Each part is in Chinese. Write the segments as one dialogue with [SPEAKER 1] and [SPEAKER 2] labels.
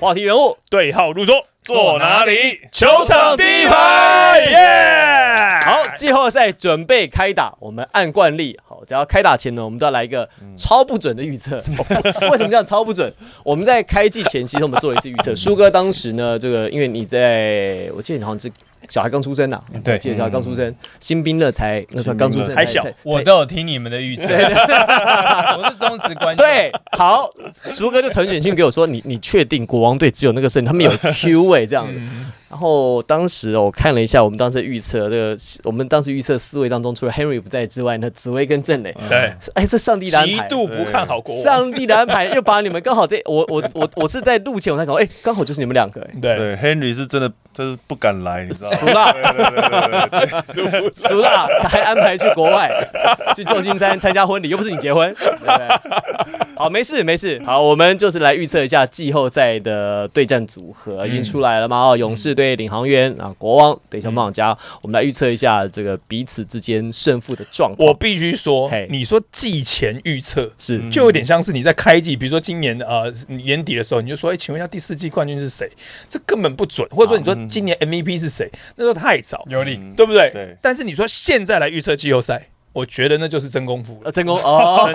[SPEAKER 1] 话题人物对号入座，
[SPEAKER 2] 坐哪里？
[SPEAKER 1] 球场第一排
[SPEAKER 2] 耶！
[SPEAKER 1] 好，季后赛准备开打，我们按惯例，好，只要开打前呢，我们都要来一个嗯超不准的预测。为什么叫超不准？我们在开季前期，我们做了一次预测。舒哥当时呢，这个因为你在，我记得你好像是小孩刚出生呐、啊，
[SPEAKER 3] 对
[SPEAKER 1] 我记得小孩刚出生，新兵乐才那时候刚出生，
[SPEAKER 2] 还小
[SPEAKER 1] 才才
[SPEAKER 3] 我都有听你们的预测， 我是忠 实观众。
[SPEAKER 1] 对，好，苏哥就传简讯给我说，你你确定国王队只有那个阵，他 们有 Q 位这样子。
[SPEAKER 2] 嗯
[SPEAKER 1] 然后当时我看了一下，我们当时预测这个，我们当时预测四位当中，除了 Henry 不在之外呢，紫薇跟郑磊，
[SPEAKER 2] 对，
[SPEAKER 1] 哎，这上帝的安
[SPEAKER 2] 嗯极
[SPEAKER 1] 排。
[SPEAKER 2] 度不看好国王。
[SPEAKER 1] 上帝的安排又把你们刚好在，我我我我是在录前我才想说，哎、刚好就是你们两个、哎，
[SPEAKER 2] 对，
[SPEAKER 4] 对，Henry 是真的，真是不敢来，你知道
[SPEAKER 1] 熟啦
[SPEAKER 4] 吗？对对对对对对
[SPEAKER 1] 熟啦，还安排去国外，去旧金山参加婚礼，又不是你结婚，对不对？ 好，没事没事，好，我们就是来预测一下季后赛的对战组合已经出来了嘛？哦，勇士对领航员啊，国王对小梦想家，我们来预测一下这个彼此之间胜负的状况。
[SPEAKER 2] 我必须说
[SPEAKER 1] 嘿，
[SPEAKER 2] 你说季前预测。
[SPEAKER 1] 是
[SPEAKER 2] 就有点像是你在开季，比如说今年呃年底的时候，你就说，哎、请问一下第四季冠军是谁？这根本不准，或者说
[SPEAKER 1] 啊
[SPEAKER 2] 你说
[SPEAKER 1] 嗯
[SPEAKER 2] 今年 MVP 是谁？那时候太早，
[SPEAKER 3] 有理。
[SPEAKER 2] 对不对？
[SPEAKER 4] 对
[SPEAKER 2] 但是你说现在来预测季后赛，我觉得那就是真功夫了。
[SPEAKER 1] 呃，真功哦，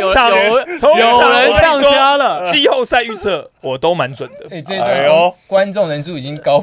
[SPEAKER 1] 有
[SPEAKER 2] 通常
[SPEAKER 1] 有
[SPEAKER 2] 通常
[SPEAKER 1] 呃有人
[SPEAKER 2] 我跟
[SPEAKER 1] 呛
[SPEAKER 2] 你说
[SPEAKER 1] 瞎了，
[SPEAKER 2] 季后赛预测我都蛮准的，
[SPEAKER 3] 哎，这
[SPEAKER 4] 哎
[SPEAKER 3] 段
[SPEAKER 4] 呦
[SPEAKER 3] 观众人数已经高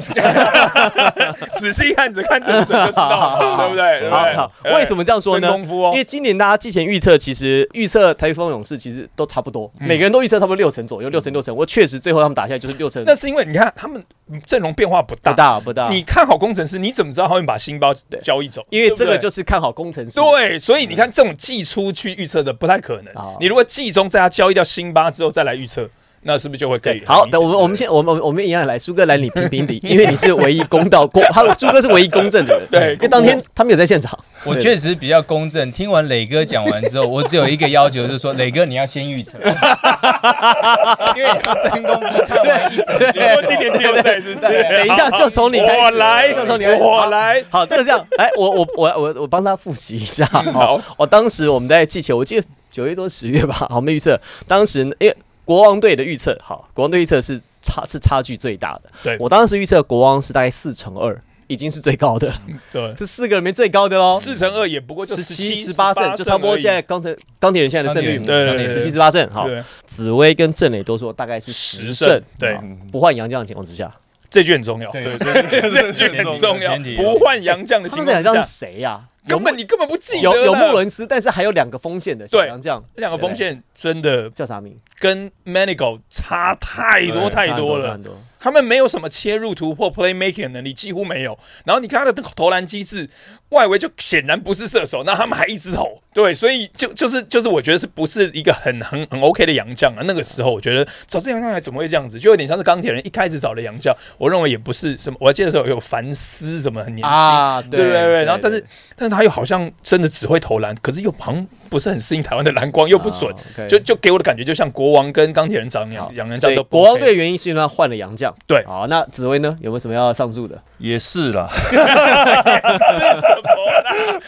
[SPEAKER 2] 仔细看着看着准就知 道了，对不对？对不
[SPEAKER 1] 好
[SPEAKER 2] 对
[SPEAKER 1] 好，
[SPEAKER 2] 哎
[SPEAKER 1] 为什么这样说呢？
[SPEAKER 2] 真功夫哦
[SPEAKER 1] 因为今年大家季前预测，其实预测台风勇士其实都差不多，
[SPEAKER 2] 嗯
[SPEAKER 1] 每个人都预测差不多六成左右，六成六成。我确实最后他们打下来就是六成，
[SPEAKER 2] 那 是因为你看他们阵容变化不大，
[SPEAKER 1] 不大不大。
[SPEAKER 2] 你看好工程师，你怎么知道他会把新包啊交易走？
[SPEAKER 1] 因为这个
[SPEAKER 2] 对不对
[SPEAKER 1] 就是看好工程师，
[SPEAKER 2] 对，所以你看这种季初去预测的不太可能
[SPEAKER 1] 好。
[SPEAKER 2] 你如果季中在他交易掉辛巴之后再来预测，那是不是就会可以？
[SPEAKER 1] 好，等我们我们先我们我们一样来，苏哥来你评评理，因为你是唯一公道公，还有苏哥是唯一公正的人。
[SPEAKER 2] 对
[SPEAKER 1] 因为当天他们也在现场。
[SPEAKER 3] 我确实比较公正。听完磊哥讲完 之后，我只有一个要求，就是说磊哥你要先预 测，因为真功夫看完一整
[SPEAKER 2] 你说今年季后赛是不
[SPEAKER 3] 对
[SPEAKER 2] 是？
[SPEAKER 1] 等 一下就从你开始，
[SPEAKER 2] 我来，
[SPEAKER 1] 就从你开始，
[SPEAKER 2] 我来。
[SPEAKER 1] 好，这个这样，哎，我我我我我帮他复习一下。
[SPEAKER 2] 嗯
[SPEAKER 1] 好，我哦当时我们在季前，我记得九月多十月吧， 好，我们预测当时，因为国王队的预测，好，国王队预测是差是差距最大的。
[SPEAKER 2] 对
[SPEAKER 1] 我当时预测国王是大概四乘二，已经是最高的了，
[SPEAKER 2] 对，
[SPEAKER 1] 是四个人里面最高的喽。
[SPEAKER 2] 嗯四乘二也不过就
[SPEAKER 1] 十七、
[SPEAKER 2] 七、
[SPEAKER 1] 十八胜，就差不多现在钢铁钢铁人现在的胜率，
[SPEAKER 3] 钢
[SPEAKER 2] 铁人对对
[SPEAKER 1] 十
[SPEAKER 2] 对
[SPEAKER 1] 七、十八胜。好，
[SPEAKER 2] 对
[SPEAKER 1] 紫薇跟郑磊都说大概是
[SPEAKER 2] 十
[SPEAKER 1] 十
[SPEAKER 2] 胜
[SPEAKER 1] 胜，，
[SPEAKER 2] 对，
[SPEAKER 1] 不换杨绛的情况之下，
[SPEAKER 2] 这句很重要，
[SPEAKER 3] 对
[SPEAKER 4] 对，所以
[SPEAKER 2] 这句很重要
[SPEAKER 3] 前提，
[SPEAKER 2] 不换洋将的
[SPEAKER 1] 他
[SPEAKER 2] 情
[SPEAKER 1] 们这两
[SPEAKER 2] 况
[SPEAKER 1] 张
[SPEAKER 2] 下
[SPEAKER 1] 是，谁呀？
[SPEAKER 2] 根本你根本不记得
[SPEAKER 1] 有有
[SPEAKER 2] 啦
[SPEAKER 1] 穆伦斯，但是还有两个锋线的小杨绛，
[SPEAKER 2] 两个锋线真的
[SPEAKER 1] 叫啥名？
[SPEAKER 2] 跟 Manigo 差太多
[SPEAKER 4] 对
[SPEAKER 2] 太多
[SPEAKER 1] 差
[SPEAKER 2] 了
[SPEAKER 1] 很，多。
[SPEAKER 2] 他们没有什么切入突破 play making 的能力，几乎没有。然后你看他的投篮机制，外围就显然不是射手，那他们还一直投，对，所以就就是就是我觉得是不是一个很很很 OK 的洋将啊？那个时候我觉得找这洋将还怎么会这样子，就有点像是钢铁人一开始找的洋将，我认为也不是什么，我还记得时候有凡斯什么很年轻。
[SPEAKER 1] 啊，
[SPEAKER 2] 对对对，然后但是但是他又好像真的只会投篮，可是又好像不是很适应台湾的篮光，又不
[SPEAKER 1] 哦
[SPEAKER 2] 准，就就给我的感觉就像国王跟钢铁人长两两人战
[SPEAKER 1] 对
[SPEAKER 2] 都不
[SPEAKER 1] 国王
[SPEAKER 2] OK
[SPEAKER 1] 队的原因是因为他换了杨绛。
[SPEAKER 2] 对
[SPEAKER 1] 好，那紫薇呢？有没有什么要上诉的？
[SPEAKER 4] 也是啦。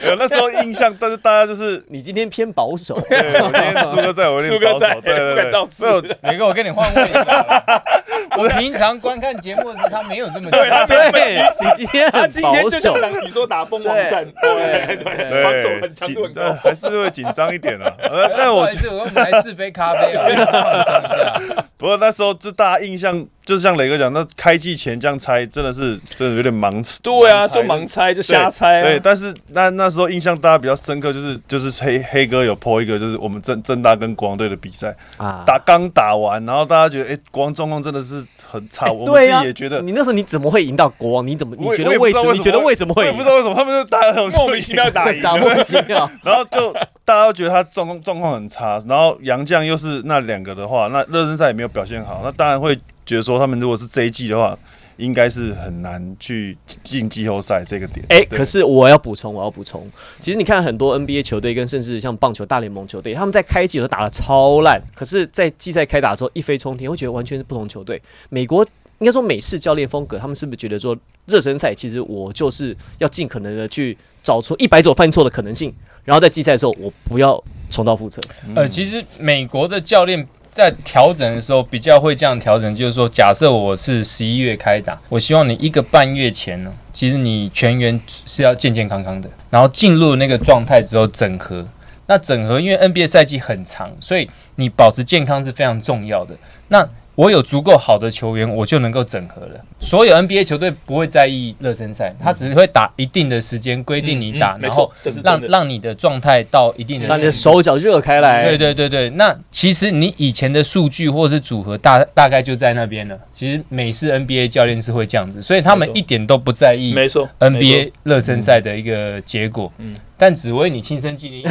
[SPEAKER 4] 有那时候印象，但是大家 就是，
[SPEAKER 1] 你今天偏保守，
[SPEAKER 4] 对我今天苏哥在，我有
[SPEAKER 2] 苏哥
[SPEAKER 4] 点保
[SPEAKER 2] 在，
[SPEAKER 4] 守，对对
[SPEAKER 2] 不
[SPEAKER 4] 对
[SPEAKER 2] 敢，造次
[SPEAKER 4] 没。有
[SPEAKER 3] 磊哥，我跟你换位一下吧。 我平常观看节目的时候，他没有这么
[SPEAKER 2] 对他
[SPEAKER 3] 讲
[SPEAKER 2] 没有
[SPEAKER 1] 对， 你今天
[SPEAKER 2] 他
[SPEAKER 1] 很
[SPEAKER 2] 今天
[SPEAKER 1] 保
[SPEAKER 2] 就像
[SPEAKER 1] 守。
[SPEAKER 2] 打你说打疯王战，对对， 防守很强度很
[SPEAKER 4] 紧呃
[SPEAKER 2] 高。
[SPEAKER 4] 还是会紧张一点啦。 呃，但
[SPEAKER 3] 不
[SPEAKER 4] 我
[SPEAKER 3] 好意思，我们来四杯咖啡啊，放松一下。
[SPEAKER 4] 不过那时候就大家印象，就是像磊哥讲，那开季前这样猜，真的是真的有点盲猜。
[SPEAKER 2] 对啊，
[SPEAKER 4] 猜
[SPEAKER 2] 就盲猜，就瞎
[SPEAKER 4] 对
[SPEAKER 2] 猜啊。
[SPEAKER 4] 对，但是那那时候印象大家比较深刻，就是就是黑黑哥有 po 一个，就是我们正正大跟国王队的比赛，
[SPEAKER 1] 啊
[SPEAKER 4] 打刚打完，然后大家觉得哎、国王状况真的是很差，我们
[SPEAKER 1] 哎对
[SPEAKER 4] 自
[SPEAKER 1] 呀
[SPEAKER 4] 己也觉得。
[SPEAKER 1] 你那时候你怎么会赢到国王？你怎么？你
[SPEAKER 4] 我也
[SPEAKER 1] 觉
[SPEAKER 4] 我
[SPEAKER 1] 得
[SPEAKER 4] 也不知道
[SPEAKER 1] 什么？你觉得为什么
[SPEAKER 4] 我
[SPEAKER 1] 会
[SPEAKER 4] 也
[SPEAKER 1] 赢
[SPEAKER 4] 不知道为什么他们就打 得很
[SPEAKER 2] 莫名其妙打赢，
[SPEAKER 1] 打莫名其妙？
[SPEAKER 4] 然后就大家都觉得他状况状况很差，然后杨绛又是那两个的话，那热身赛也没有表现好，那当然会觉得说他们如果是这一季的话，应该是很难去进季后赛这个点。
[SPEAKER 1] 哎、
[SPEAKER 4] 对
[SPEAKER 1] 可是我要补充，我要补充。其实你看很多 NBA 球队跟甚至像棒球大联盟球队，他们在开季的时候打的超烂，可是，在季赛开打之后一飞冲天，会觉得完全是不同球队。美国应该说美式教练风格，他们是不是觉得说热身赛其实我就是要尽可能的去找出一百种犯错的可能性，然后在季赛的时候我不要重蹈覆辙。
[SPEAKER 3] 呃，其实美国的教练在调整的时候比较会这样调整，就是说，假设我是十一月开打，我希望你一个半月前呢，其实你全员是要健健康康的，然后进入那个状态之后整合。那整合，因为 NBA 赛季很长，所以你保持健康是非常重要的。那我有足够好的球员，我就能够整合了。所有 NBA 球队不会在意热身赛，他只是会打一定的时间，规定你打，
[SPEAKER 2] 嗯嗯嗯没
[SPEAKER 3] 然
[SPEAKER 2] 错
[SPEAKER 3] 后
[SPEAKER 2] 这是真
[SPEAKER 3] 让
[SPEAKER 2] 的
[SPEAKER 3] 让你的状态到一定的
[SPEAKER 1] 让
[SPEAKER 3] 程
[SPEAKER 1] 你
[SPEAKER 3] 度
[SPEAKER 1] 的手脚热开来。
[SPEAKER 3] 对对对对，那其实你以前的数据或是组合大大概就在那边了。其实美式 NBA 教练是会这样子，所以他们
[SPEAKER 2] 没错
[SPEAKER 3] 一点都不在意
[SPEAKER 2] 没错
[SPEAKER 3] NBA 热身赛的一个结果。嗯，但只为你亲身经历，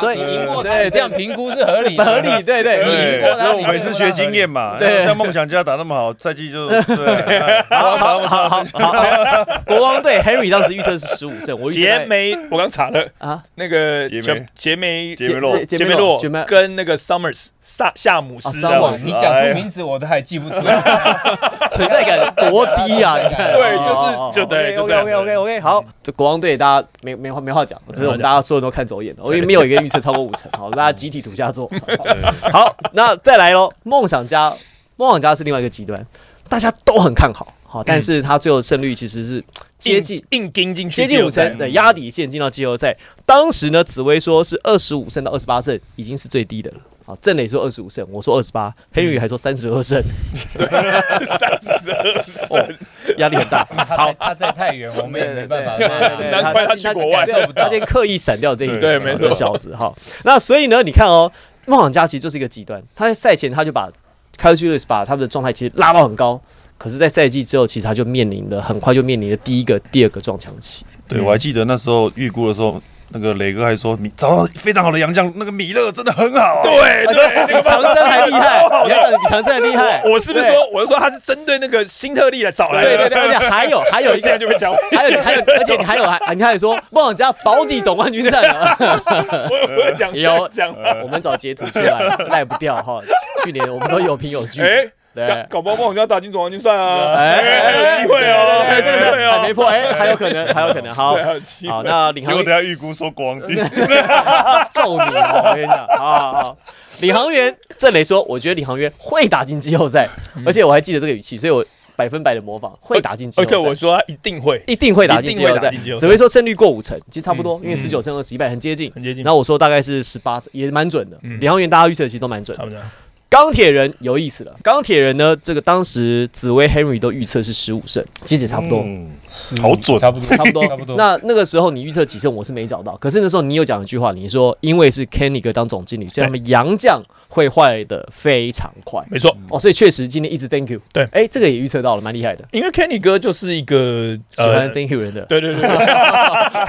[SPEAKER 1] 所以
[SPEAKER 3] 你赢过他，
[SPEAKER 1] 对
[SPEAKER 3] 你这样评估是合理的，
[SPEAKER 1] 合理，对对
[SPEAKER 3] 你
[SPEAKER 4] 对，
[SPEAKER 3] 赢过他
[SPEAKER 4] 所以
[SPEAKER 3] 你
[SPEAKER 4] 我每
[SPEAKER 3] 赢
[SPEAKER 4] 次
[SPEAKER 3] 过
[SPEAKER 4] 学
[SPEAKER 3] 他
[SPEAKER 4] 经验嘛，
[SPEAKER 1] 对
[SPEAKER 4] 像梦想家打那么好，赛季就对，啊
[SPEAKER 1] 好好好好好，国王队 Henry 当时预测是十五胜，我预测
[SPEAKER 2] 杰
[SPEAKER 1] 在
[SPEAKER 2] 梅，我刚查了
[SPEAKER 1] 啊，
[SPEAKER 2] 那个
[SPEAKER 4] 杰梅
[SPEAKER 2] 杰杰梅
[SPEAKER 4] 杰梅洛
[SPEAKER 2] 杰杰梅洛
[SPEAKER 1] 杰梅
[SPEAKER 2] 跟那个 Summers 萨夏姆斯
[SPEAKER 1] 啊
[SPEAKER 2] 啊
[SPEAKER 3] 哇，
[SPEAKER 1] Summers
[SPEAKER 3] 你讲出名字我都还记不出来。
[SPEAKER 1] 存在感多低啊！你看，
[SPEAKER 2] 对就是就对就这
[SPEAKER 1] OK
[SPEAKER 2] 样嗯
[SPEAKER 1] OK OK OK，好，这国王队大家没没话没话讲，只是我们大家所有人都看走眼 了，因为没有一个预测超过五成，好，大家集体土下座。 好，那再来喽，梦想家，梦想家是另外一个极端，大家都很看好，
[SPEAKER 2] 嗯
[SPEAKER 1] 好，但是他最后胜率其实是接近。
[SPEAKER 2] 硬硬盯进去
[SPEAKER 1] 接近五成的压底线进到季后赛。当时呢，紫薇说是二十五胜到二十八胜，已经是最低的了。啊，郑磊说二十五胜，我说二十八，黑宇还说三十二胜，
[SPEAKER 2] 三十二胜，
[SPEAKER 1] 压力很大。
[SPEAKER 3] 好，他在太远，我们也没办法帮他。
[SPEAKER 2] 对难怪他去国外
[SPEAKER 3] 受不到
[SPEAKER 1] 他今天刻意闪掉这一集，
[SPEAKER 2] 对没错
[SPEAKER 1] 这小子哈。那所以呢，你看哦，梦想家其实就是一个极端，他在赛前他就把 c a l c i u s 把他们的状态其实拉到很高，可是，在赛季之后，其实他就面临了很快就面临了第一个、第二个撞墙期。
[SPEAKER 4] 对我还记得那时候预估的时候，那个磊哥还说米找到非常好的洋将，那个米勒真的很好啊，
[SPEAKER 2] 对
[SPEAKER 1] 啊
[SPEAKER 2] 对，
[SPEAKER 1] 比长生还厉害，你要讲比长生还厉害。
[SPEAKER 2] 我是不是
[SPEAKER 1] 对
[SPEAKER 2] 说，我是说他是针对那个辛特利来找来
[SPEAKER 1] 对对
[SPEAKER 2] 的？
[SPEAKER 1] 对，而且还有还有一
[SPEAKER 2] 现
[SPEAKER 1] 个，
[SPEAKER 2] 在 就被讲，
[SPEAKER 1] 还有你还有，而且你还有还你还有说梦想家保底总冠军战啊，
[SPEAKER 2] 我我讲
[SPEAKER 1] 有
[SPEAKER 2] 讲，
[SPEAKER 1] 我们找截图出来赖不掉哈。去年我们都有凭有据，
[SPEAKER 2] 哎，
[SPEAKER 1] 对，
[SPEAKER 2] 搞搞不好我们要打进总冠军赛啊，
[SPEAKER 1] 哎
[SPEAKER 2] 哎，还有机会哦，还有
[SPEAKER 1] 对对
[SPEAKER 2] 机会
[SPEAKER 1] 对，还没
[SPEAKER 2] 哦，
[SPEAKER 1] 破，哎，还有可能，还有可能，好
[SPEAKER 2] 对，还有啊机
[SPEAKER 1] 好，
[SPEAKER 2] 会。
[SPEAKER 1] 那领
[SPEAKER 4] 结
[SPEAKER 1] 航员
[SPEAKER 4] 果等下预估说国 王队
[SPEAKER 1] 揍你啊！我跟你讲，好好好。领航员郑雷说：“我觉得领航员会打进季后赛，
[SPEAKER 2] 嗯
[SPEAKER 1] 而且我还记得这个语气，所以我百分百的模仿会打进季
[SPEAKER 2] 而
[SPEAKER 1] 后
[SPEAKER 2] 且
[SPEAKER 1] 赛。
[SPEAKER 2] 我说他一定会，
[SPEAKER 1] 一定会打进
[SPEAKER 2] 一
[SPEAKER 1] 季
[SPEAKER 2] 定会
[SPEAKER 1] 后
[SPEAKER 2] 打
[SPEAKER 1] 赛
[SPEAKER 2] 进季后，赛嗯
[SPEAKER 1] 紫薇说胜率过五成，其实差不多，因为十九胜二十一败很接近，
[SPEAKER 2] 很接近
[SPEAKER 1] 然后我说大概是十八，也蛮准的。
[SPEAKER 2] 嗯
[SPEAKER 1] 领航员大家预测其实都蛮准
[SPEAKER 2] 差
[SPEAKER 1] 的。
[SPEAKER 2] 不多。
[SPEAKER 1] 钢铁人有意思了，钢铁人呢，这个当时紫薇 Henry 都预测是十五胜，其实也差不多。
[SPEAKER 4] 嗯
[SPEAKER 3] 好
[SPEAKER 4] 好准
[SPEAKER 3] 差不多，
[SPEAKER 1] 差不多，
[SPEAKER 3] 差不多。
[SPEAKER 1] 那那个时候你预测几胜，我是没找到。可是那时候你有讲一句话，你说因为是 Kenny 哥当总经理，所以他们洋将会坏的非常快。
[SPEAKER 2] 没错，
[SPEAKER 1] 哦，所以确实今天一直 Thank you。
[SPEAKER 2] 对
[SPEAKER 1] 哎，这个也预测到了，蛮厉害的，
[SPEAKER 2] 因为 Kenny 哥就是一个
[SPEAKER 1] 喜欢 Thank you 人的。
[SPEAKER 2] 对对对对，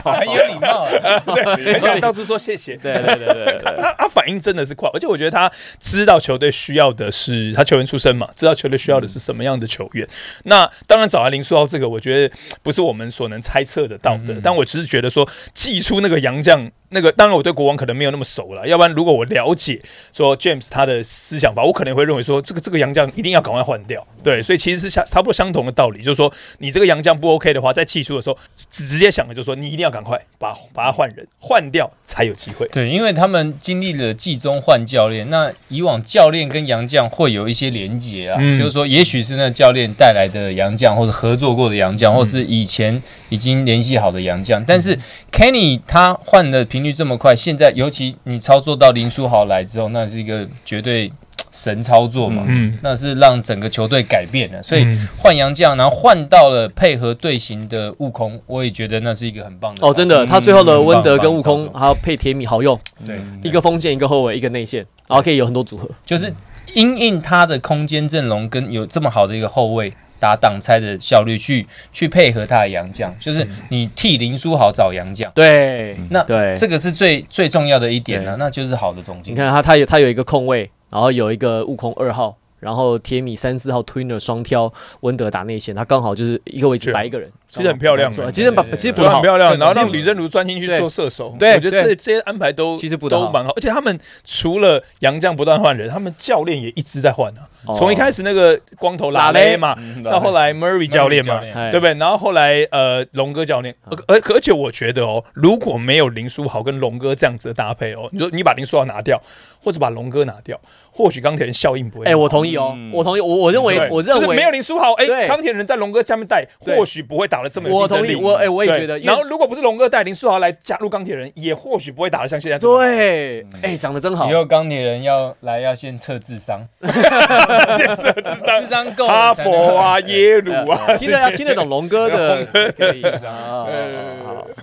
[SPEAKER 3] 很有礼貌。啊
[SPEAKER 2] 很想到处说谢谢。
[SPEAKER 1] 对对对对对对。
[SPEAKER 2] 他他反应真的是快，而且我觉得他知道球队需要的是他球员出身嘛，知道球队需要的是什么样的球员。那当然找来林书豪这个，我觉得不是我们所能猜测得到的。但我只是觉得说，寄出那个洋将，那个当然我对国王可能没有那么熟了，要不然如果我了解说 James 他的思想法，我可能会认为说这个这个洋将一定要赶快换掉。对，所以其实是相差不多相同的道理，就是说你这个洋将不 OK 的话，在寄出的时候直直接想的就是说你一定要赶快把把他换人换掉才有机会。
[SPEAKER 3] 对，因为他们经历了季中换教练，那以往教练跟洋将会有一些连结啊，
[SPEAKER 2] 嗯
[SPEAKER 3] 就是说，也许是那教练带来的洋将，或者合作过的洋将，
[SPEAKER 2] 嗯
[SPEAKER 3] 或是以前已经联系好的洋将。但是 Kenny 他换的频率这么快，现在尤其你操作到林书豪来之后，那是一个绝对神操作嘛，
[SPEAKER 2] 嗯
[SPEAKER 3] 那是让整个球队改变了。所以
[SPEAKER 2] 嗯
[SPEAKER 3] 换洋将，然后换到了配合队形的悟空，我也觉得那是一个很棒 的
[SPEAKER 1] 哦，真的，他最后的温德跟悟
[SPEAKER 3] 嗯
[SPEAKER 1] 空还有配铁米好用，
[SPEAKER 3] 对。
[SPEAKER 4] 嗯
[SPEAKER 1] 一个锋线，一个后卫，一个内线，然后可以有很多组合。
[SPEAKER 3] 就是因应他的空间阵容跟有这么好的一个后卫打挡拆的效率去去配合他的洋将，就是你替林书豪找洋将，
[SPEAKER 1] 对，
[SPEAKER 3] 那
[SPEAKER 1] 嗯对
[SPEAKER 3] 这个是最最重要的一点了、啊
[SPEAKER 1] 对
[SPEAKER 3] 那就是好的总
[SPEAKER 1] 你
[SPEAKER 3] 经理。
[SPEAKER 1] 看他，他有他有一个空位，然后有一个悟空二号，然后铁米三四号 Twinner 双挑，温德打内线，他刚好就是一个位置
[SPEAKER 2] 是
[SPEAKER 1] 摆一个人，
[SPEAKER 2] 其实很漂亮
[SPEAKER 1] 不错
[SPEAKER 2] 欸
[SPEAKER 1] 其实把
[SPEAKER 3] 对对对
[SPEAKER 1] 其实
[SPEAKER 2] 就
[SPEAKER 1] 不
[SPEAKER 2] 很漂亮，
[SPEAKER 3] 对
[SPEAKER 2] 然后让
[SPEAKER 3] 其
[SPEAKER 2] 吕
[SPEAKER 3] 实
[SPEAKER 2] 正如专心去
[SPEAKER 1] 对
[SPEAKER 2] 做射手，
[SPEAKER 1] 对
[SPEAKER 2] 我觉得这
[SPEAKER 1] 对
[SPEAKER 2] 这些安排都
[SPEAKER 1] 其实不得
[SPEAKER 2] 都
[SPEAKER 1] 好
[SPEAKER 2] 蛮好，而且他们除了杨将不断换人，他们教练也一直在换啊，
[SPEAKER 1] 哦
[SPEAKER 2] 从一开始那个光头拉
[SPEAKER 1] 拉
[SPEAKER 2] 雷
[SPEAKER 1] 雷
[SPEAKER 2] 嘛，
[SPEAKER 4] 嗯
[SPEAKER 2] 到后来 Murray 教练嘛，
[SPEAKER 1] 哎嗯
[SPEAKER 2] 对不对？然后后来呃，龙哥教练，而而而且我觉得哦，如果没有林书豪跟龙哥这样子的搭配哦，你说你把林书豪拿掉，或者把龙哥拿掉，或许钢铁人效应不会那么好。
[SPEAKER 1] 哎，我同意哦
[SPEAKER 4] 嗯，
[SPEAKER 1] 我同意，我我认
[SPEAKER 2] 对
[SPEAKER 1] 为我认
[SPEAKER 2] 就是
[SPEAKER 1] 为
[SPEAKER 2] 没有林书豪，哎、
[SPEAKER 1] 对
[SPEAKER 2] 钢铁人在龙哥下面带，
[SPEAKER 1] 对
[SPEAKER 2] 或许不会打得这么有竞争力。
[SPEAKER 1] 我同意我哎我也
[SPEAKER 2] 对
[SPEAKER 1] 觉得因为
[SPEAKER 2] 然后如果不是龙哥带林书豪来加入钢铁人，也或许不会打得像现在这么好。
[SPEAKER 1] 对，哎，讲的真好
[SPEAKER 3] 以，后钢铁人要来要先测智商，
[SPEAKER 2] 建设智
[SPEAKER 3] 智
[SPEAKER 2] 商，
[SPEAKER 3] 商够
[SPEAKER 2] 啊哈
[SPEAKER 3] 了才能
[SPEAKER 2] 佛啊， 耶鲁 啊，
[SPEAKER 1] 听得听得懂龙哥 的，可以啊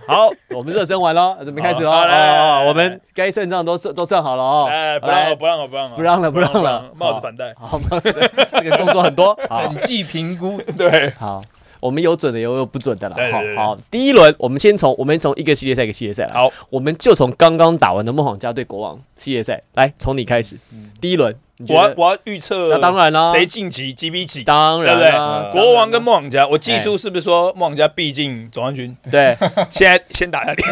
[SPEAKER 1] 好，我们热身完了，准备开始喽。
[SPEAKER 2] 好好来来来
[SPEAKER 1] 哦，
[SPEAKER 2] 来
[SPEAKER 1] 我们该算账都算都算好了哦。
[SPEAKER 2] 哎，不让
[SPEAKER 1] 来
[SPEAKER 2] 了，不让了，不让了，
[SPEAKER 1] 不让了，不让了，
[SPEAKER 2] 帽子
[SPEAKER 1] 好
[SPEAKER 2] 反戴。
[SPEAKER 1] 好， 帽子这个动作很多。好
[SPEAKER 3] 整季评估，
[SPEAKER 2] 对，
[SPEAKER 1] 好，我们有准的，也有不准的了
[SPEAKER 2] 对。对
[SPEAKER 1] 好
[SPEAKER 2] 对
[SPEAKER 1] 好，第一轮我们先从我们从一个系列赛一个系列赛来，
[SPEAKER 2] 好，
[SPEAKER 1] 我们就从刚刚打完的梦想家对国王系列赛来，从你开始。第一轮，你觉
[SPEAKER 2] 嗯我要
[SPEAKER 1] 得？
[SPEAKER 2] 我要预测，
[SPEAKER 1] 那当然啦
[SPEAKER 2] 谁晋级几比几？
[SPEAKER 1] 当然啊哎啦，
[SPEAKER 4] 对不对
[SPEAKER 2] 国王跟梦想家，我记住是不是说梦想家必进总 冠军？
[SPEAKER 1] 对，
[SPEAKER 2] 现在先 打下你，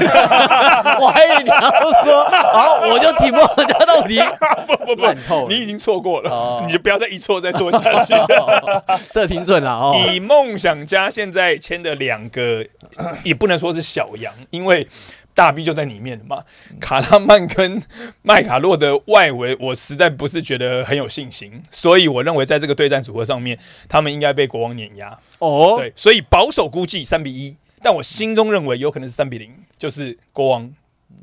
[SPEAKER 1] 我还以为你要说，好，我就提梦想家到底。
[SPEAKER 2] 不不
[SPEAKER 1] 烂透
[SPEAKER 2] 不，
[SPEAKER 1] 了
[SPEAKER 2] 你已经错过了
[SPEAKER 1] 哦，
[SPEAKER 2] 你就不要再一错再错下去。
[SPEAKER 1] 射停准了哦。
[SPEAKER 2] 以梦想家现在签的两个， 也不能说是小羊，因为大 B 就在里面嘛。卡拉曼跟麦卡洛的外围，我实在不是觉得很有信心，所以我认为在这个对战组合上面，他们应该被国王碾压。
[SPEAKER 1] 哦，
[SPEAKER 2] 对，所以保守估计三比一，但我心中认为有可能是三比零，就是国王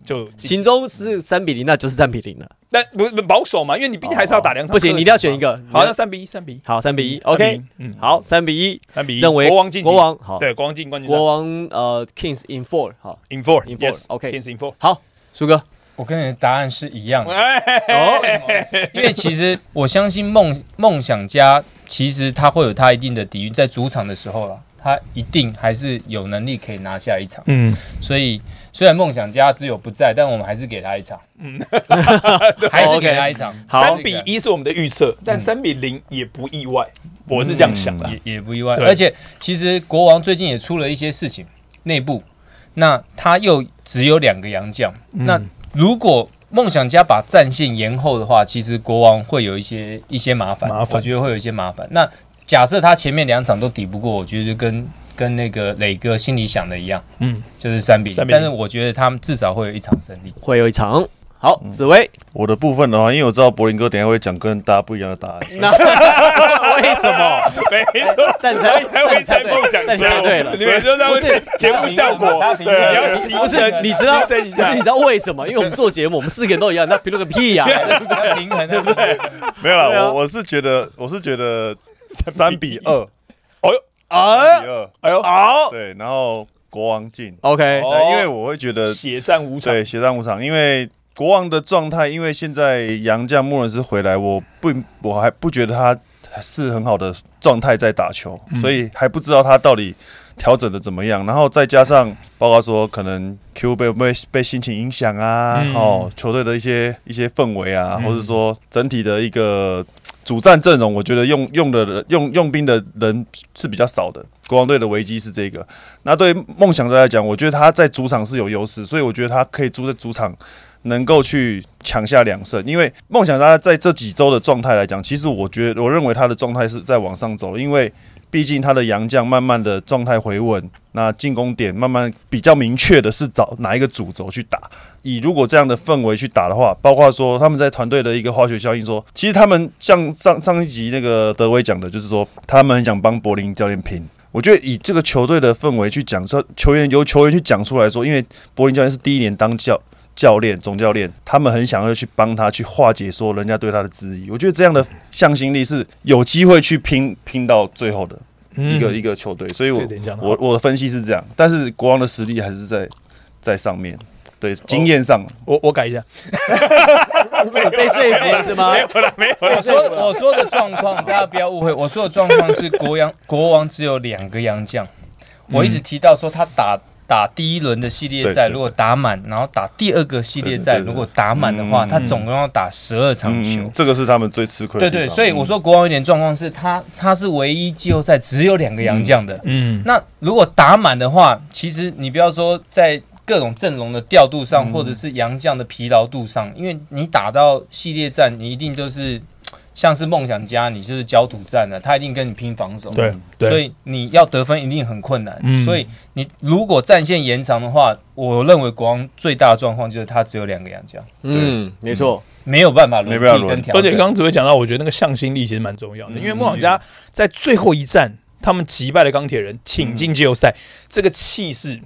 [SPEAKER 2] 就
[SPEAKER 1] 心中是三比零，那就是三比零了。
[SPEAKER 2] 但不是保守嘛，因为你毕竟还是要打两场，
[SPEAKER 1] 哦不行，你一定要选一。个。
[SPEAKER 2] 好，那三比一，三比一
[SPEAKER 1] 好，三比一，OK，
[SPEAKER 2] 嗯，
[SPEAKER 1] 好，三比一，
[SPEAKER 2] 三比一，
[SPEAKER 1] 认为
[SPEAKER 2] 国王晋级，
[SPEAKER 1] 国王好，
[SPEAKER 2] 对，国王进冠军赛
[SPEAKER 1] 国王呃，Kings in four，好，
[SPEAKER 2] In four,
[SPEAKER 1] In four,
[SPEAKER 2] yes,
[SPEAKER 1] OK
[SPEAKER 2] Kings in four。
[SPEAKER 1] 好，苏哥，
[SPEAKER 3] 我跟你的答案是一样
[SPEAKER 2] 哎
[SPEAKER 3] 的。
[SPEAKER 1] 哦，
[SPEAKER 3] 因为其实我相信梦梦想家，其实他会有他一定的底蕴，在主场的时候啦，他一定还是有能力可以拿下一场。
[SPEAKER 2] 嗯，
[SPEAKER 3] 所以虽然梦想家只有不在，但我们还是给他一场，嗯， 还是给他 一场，
[SPEAKER 1] 好
[SPEAKER 2] 三比一是我们的预
[SPEAKER 1] 嗯
[SPEAKER 2] 测，但三比零也不意外，我是这样想 的。
[SPEAKER 3] 也也不意外。
[SPEAKER 2] 对
[SPEAKER 3] 而且其实国王最近也出了一些事情，内部，那他又只有两个洋将，
[SPEAKER 2] 嗯
[SPEAKER 3] 那如果梦想家把战线延后的话，其实国王会有一些一些麻烦，
[SPEAKER 2] 麻烦
[SPEAKER 3] 我觉得会有一些麻烦。那假设他前面两场都抵不过，我觉得就跟跟那个磊哥心里想的一样，
[SPEAKER 2] 嗯，
[SPEAKER 3] 就是三比零
[SPEAKER 2] 3-0。
[SPEAKER 3] 但是我觉得他们至少会有一场胜利。
[SPEAKER 1] 会有一场。好，
[SPEAKER 2] 嗯
[SPEAKER 1] 紫 薇，
[SPEAKER 4] 我的部分的话，因为我知道柏林哥等一下会讲跟大家不一样的答案，
[SPEAKER 1] 那为什么？
[SPEAKER 2] 没错，
[SPEAKER 1] 但他
[SPEAKER 2] 还会在梦想
[SPEAKER 1] 但
[SPEAKER 2] 家，
[SPEAKER 1] 猜对了
[SPEAKER 2] 你们就在
[SPEAKER 1] 不是
[SPEAKER 2] 节目效果，
[SPEAKER 3] 你
[SPEAKER 2] 对，只要牺
[SPEAKER 1] 不是
[SPEAKER 2] 牲，啊
[SPEAKER 1] 你知道
[SPEAKER 2] 牺牲一
[SPEAKER 1] 不是
[SPEAKER 2] 下
[SPEAKER 1] 你知道为什么？因为我们做节目，我们四个人都一样，那评论个屁 呀！
[SPEAKER 3] 要平衡，对不对？
[SPEAKER 4] 没
[SPEAKER 1] 对
[SPEAKER 4] 有
[SPEAKER 1] 啊
[SPEAKER 4] 啦，我我是觉得我是觉得三比 二，
[SPEAKER 2] 哎呦，
[SPEAKER 4] 三
[SPEAKER 2] 啊
[SPEAKER 4] 比，二，
[SPEAKER 2] 哎呦，好，
[SPEAKER 4] 对，然后国王进，
[SPEAKER 1] OK，
[SPEAKER 2] 哦
[SPEAKER 4] 对因为我会觉得
[SPEAKER 2] 血战五场，
[SPEAKER 4] 对血战五场，因为国王的状态，因为现在杨将穆伦斯回来，我不我还不觉得他是很好的状态在打球，
[SPEAKER 2] 嗯
[SPEAKER 4] 所以还不知道他到底调整的怎么样。然后再加上包括说可能 Q 被被被心情影响啊，
[SPEAKER 2] 嗯
[SPEAKER 4] 哦，球队的一些一些氛围啊，
[SPEAKER 2] 嗯
[SPEAKER 4] 或者说整体的一个。主战阵容，我觉得用用的人用用兵的人是比较少的。国王队的危机是这个，那对梦想者来讲，我觉得他在主场是有优势，所以我觉得他可以住在主场。能够去抢下两胜，因为梦想家在这几周的状态来讲，其实我觉得我认为他的状态是在往上走，因为毕竟他的洋将慢慢的状态回稳，那进攻点慢慢比较明确的是找哪一个主轴去打。以如果这样的氛围去打的话，包括说他们在团队的一个化学效应说，其实他们像上上一集那个德威讲的，就是说他们很想帮柏林教练拼。我觉得以这个球队的氛围去讲说，球员由球员去讲出来说，因为柏林教练是第一年当教教练、总教练，他们很想要去帮他去化解说人家对他的质疑。我觉得这样的向心力是有机会去拼拼到最后的一
[SPEAKER 2] 嗯
[SPEAKER 4] 个、一个球队，所以我
[SPEAKER 2] 是的讲得好
[SPEAKER 4] 我我的分析是这样，但是国王的实力还是在在上面，对经验上。
[SPEAKER 2] 我我改一下，
[SPEAKER 1] 被说服了是吗？
[SPEAKER 3] 我说我说的状况，大家不要误会。 我说的状况是国王国王只有两个洋将，我一直提到说他打打第一轮的系列赛
[SPEAKER 4] 对对
[SPEAKER 3] 如果打满，然后打第二个系列
[SPEAKER 4] 对
[SPEAKER 3] 赛
[SPEAKER 4] 对对对
[SPEAKER 3] 如果打满的话，
[SPEAKER 4] 嗯
[SPEAKER 3] 他总共要打十二场球。
[SPEAKER 4] 嗯，这个是他们最吃亏的
[SPEAKER 3] 对
[SPEAKER 4] 地方。
[SPEAKER 3] 对，所以我说国王有点状况是他他是唯一季后赛只有两个洋将的。
[SPEAKER 2] 嗯，
[SPEAKER 3] 那如果打满的话，其实你不要说在各种阵容的调度上，或者是洋将的疲劳度上，因为你打到系列战，你一定就是像是梦想家，你就是焦土战了，他一定跟你拼防守。
[SPEAKER 2] 对对，
[SPEAKER 3] 所以你要得分一定很困难。
[SPEAKER 2] 嗯
[SPEAKER 3] 所以你如果战线延长的话，我认为国王最大的状况就是他只有两个洋将，
[SPEAKER 1] 嗯，没错，
[SPEAKER 3] 没有办法轮
[SPEAKER 4] 没办法
[SPEAKER 3] 替
[SPEAKER 4] 轮
[SPEAKER 3] 跟调
[SPEAKER 2] 而且
[SPEAKER 3] 整。
[SPEAKER 2] 刚刚只会讲到，我觉得那个向心力其实蛮重要的，
[SPEAKER 4] 嗯
[SPEAKER 2] 因为梦想家在最后一战，他们击败了钢铁人，
[SPEAKER 1] 嗯
[SPEAKER 2] 请进季后赛，这个气势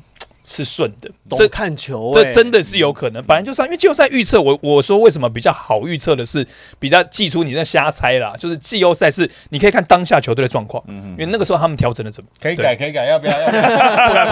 [SPEAKER 2] 是顺的，
[SPEAKER 1] 懂
[SPEAKER 2] 这。
[SPEAKER 1] 看球、
[SPEAKER 2] 这
[SPEAKER 1] 哎
[SPEAKER 2] 真的是有可能，本来就是啊因为季后赛预测，我我说为什么比较好预测的是比较记出你那瞎猜啦，就是季后赛是你可以看当下球队的状
[SPEAKER 1] 嗯
[SPEAKER 2] 况，
[SPEAKER 4] 嗯
[SPEAKER 2] 因为那个时候他们调整的怎么，
[SPEAKER 3] 可以
[SPEAKER 2] 对
[SPEAKER 3] 改，可以改，要不要？要不要？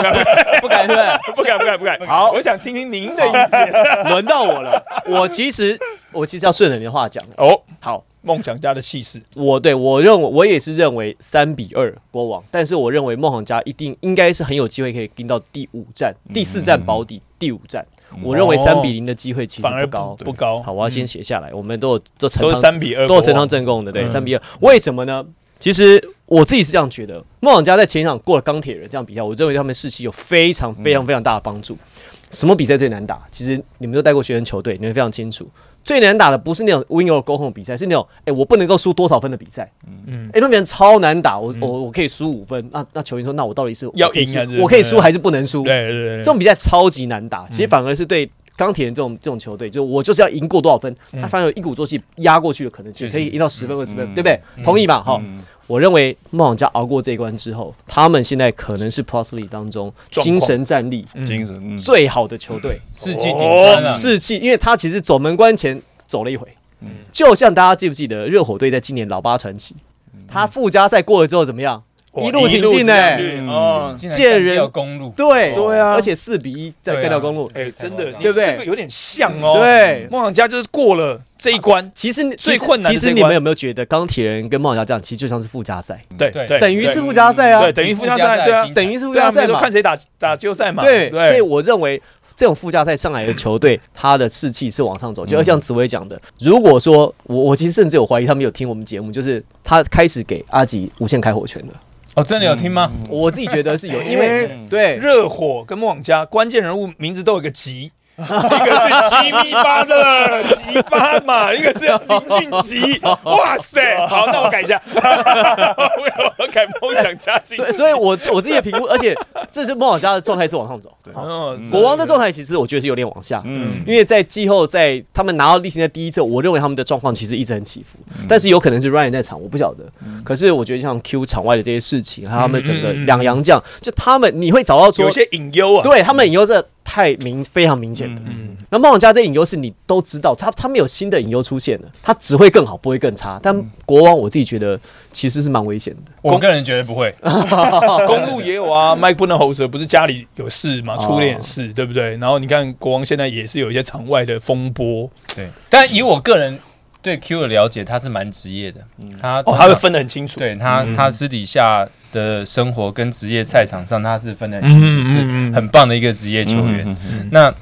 [SPEAKER 1] 不敢对 不对？
[SPEAKER 2] 不敢不敢不敢，
[SPEAKER 1] 哎好
[SPEAKER 2] 我想听听您的意见
[SPEAKER 1] 轮到我了。我其实我其实要顺着你的话讲。
[SPEAKER 2] 哦，
[SPEAKER 1] 好，
[SPEAKER 2] 梦想家的气势，
[SPEAKER 1] 我对我认为我也是认为三比二国王，但是我认为梦想家一定应该是很有机会可以盯到第五战、第四战保底，第五战。我认为三比零的机会其实
[SPEAKER 2] 反而
[SPEAKER 1] 不高，
[SPEAKER 2] 不高，
[SPEAKER 1] 好，我要先写下来。我们都有都成
[SPEAKER 2] 哦嗯都是三比二，
[SPEAKER 1] 都有成堂正贡的，对，
[SPEAKER 2] 嗯
[SPEAKER 1] 三比二。为什么呢？其实我自己是这样觉得，梦想家在前一场过了钢铁人这样比赛，我认为他们士气有非常非常非常大的帮助。什么比赛最难打？其实你们都带过学生球队，你们非常清楚。最难打的不是那种 win or go home 的比赛，是那种哎、我不能够输多少分的比赛。
[SPEAKER 2] 嗯
[SPEAKER 1] 嗯，哎、那边超难打，我我我可以输五分，那那球员说，那我到底是
[SPEAKER 2] 要
[SPEAKER 1] 我可以
[SPEAKER 2] 赢
[SPEAKER 1] 输
[SPEAKER 2] 还是
[SPEAKER 1] 我可以输还是不能输？
[SPEAKER 2] 对，对对对，
[SPEAKER 1] 这种比赛超级难打，其实反而是对钢铁人这种这种球队，就我就是要赢过多少分，他反而有一鼓作气压过去的可能性，可
[SPEAKER 3] 是
[SPEAKER 1] 以赢到十分、二十分，
[SPEAKER 4] 嗯
[SPEAKER 1] 对不对？同意吧？哈、
[SPEAKER 4] 嗯
[SPEAKER 1] 我认为梦想家熬过这一关之后，他们现在可能是 Plus League 当中
[SPEAKER 2] 状况
[SPEAKER 1] 精神战力
[SPEAKER 2] 嗯
[SPEAKER 4] 精神，嗯
[SPEAKER 1] 最好的球队，
[SPEAKER 3] 士气顶端了。
[SPEAKER 1] 士气，因为他其实走门关前走了一回，
[SPEAKER 4] 嗯
[SPEAKER 1] 就像大家记不记得热火队在今年老八传奇，他附加赛过了之后怎么样？一路挺进呢、
[SPEAKER 4] 嗯
[SPEAKER 2] 哦，
[SPEAKER 3] 竟然
[SPEAKER 1] 见
[SPEAKER 3] 干
[SPEAKER 1] 人
[SPEAKER 3] 掉公路，
[SPEAKER 1] 对
[SPEAKER 2] 对啊
[SPEAKER 1] 而且四比一在
[SPEAKER 3] 对啊
[SPEAKER 1] 干掉公路，
[SPEAKER 2] 哎，真的，
[SPEAKER 1] 对不对
[SPEAKER 2] 这个有点像哦。
[SPEAKER 1] 对
[SPEAKER 2] 梦想家就是过了这一关，
[SPEAKER 1] 其实
[SPEAKER 2] 最
[SPEAKER 1] 其实
[SPEAKER 2] 困难的
[SPEAKER 1] 其
[SPEAKER 2] 这
[SPEAKER 1] 实
[SPEAKER 2] 一
[SPEAKER 1] 你
[SPEAKER 2] 关
[SPEAKER 1] 们有没有觉得钢铁人跟梦想家这样，其实就像是附加赛，
[SPEAKER 2] 对
[SPEAKER 3] 对
[SPEAKER 2] 对，
[SPEAKER 1] 等于是
[SPEAKER 2] 对
[SPEAKER 1] 附加赛啊
[SPEAKER 2] 对，，等于附加赛，对啊，
[SPEAKER 1] 等于是附
[SPEAKER 2] 对啊，
[SPEAKER 1] 加
[SPEAKER 2] 那
[SPEAKER 1] 赛
[SPEAKER 2] 就
[SPEAKER 1] 嘛
[SPEAKER 2] 看。谁打打季后赛嘛。
[SPEAKER 1] 对，所以
[SPEAKER 2] 对，
[SPEAKER 1] 我认为这种附加赛上来的球队，他的士气是往上走。就像紫薇讲的，如果说我我其实甚至有怀疑他们有听我们节目，就是他开始给阿吉无限开火权了。
[SPEAKER 3] 哦，真的有听
[SPEAKER 2] 嗯
[SPEAKER 3] 吗？
[SPEAKER 1] 我自己觉得是有，因
[SPEAKER 2] 哎
[SPEAKER 1] 为对
[SPEAKER 2] 热火跟梦想家关键人物名字都有个吉。一个是吉米巴的吉巴嘛，一个是林俊吉，哇塞！好，那我改一下， 我要改梦想家进
[SPEAKER 1] 所以，所以我我自己的评估，而且这是梦想家的状态是往上走，
[SPEAKER 2] 嗯
[SPEAKER 1] 国王的状态其实我觉得是有点往下，
[SPEAKER 4] 嗯
[SPEAKER 1] 因为在季后赛他们拿到例行赛第一次，我认为他们的状况其实一直很起伏，
[SPEAKER 2] 嗯
[SPEAKER 1] 但是有可能是 Ryan 在场，我不晓得。可是我觉得像 Q 场外的这些事情，还有他们整个
[SPEAKER 2] 嗯嗯嗯
[SPEAKER 1] 两洋将，就他们你会找到
[SPEAKER 2] 有
[SPEAKER 1] 说
[SPEAKER 2] 一，些隐忧啊。
[SPEAKER 1] 对他们隐忧这太明非常明显的。
[SPEAKER 2] 嗯，
[SPEAKER 1] 那梦想家这隐忧是你都知道，他他们有新的隐忧出现了，他只会更好，不会更差。但
[SPEAKER 2] 嗯
[SPEAKER 1] 国王我自己觉得其实是蛮危险的。
[SPEAKER 3] 我个人觉得不会。
[SPEAKER 2] 公路也有啊，麦克布能喉舌不是家里有事嘛，
[SPEAKER 1] 哦
[SPEAKER 2] 初恋事，对不对？然后你看国王现在也是有一些场外的风波，
[SPEAKER 3] 对，但以我个人对 Q 的了解，他是蛮职业的，
[SPEAKER 4] 嗯
[SPEAKER 3] 他
[SPEAKER 2] 哦，他会分得很清楚。
[SPEAKER 3] 对他他私底下的生活跟职业赛场上，他是分得很清
[SPEAKER 2] 嗯，嗯
[SPEAKER 3] 楚，是
[SPEAKER 2] 嗯嗯，
[SPEAKER 3] 很棒的一个职业球员。
[SPEAKER 4] 嗯
[SPEAKER 3] 那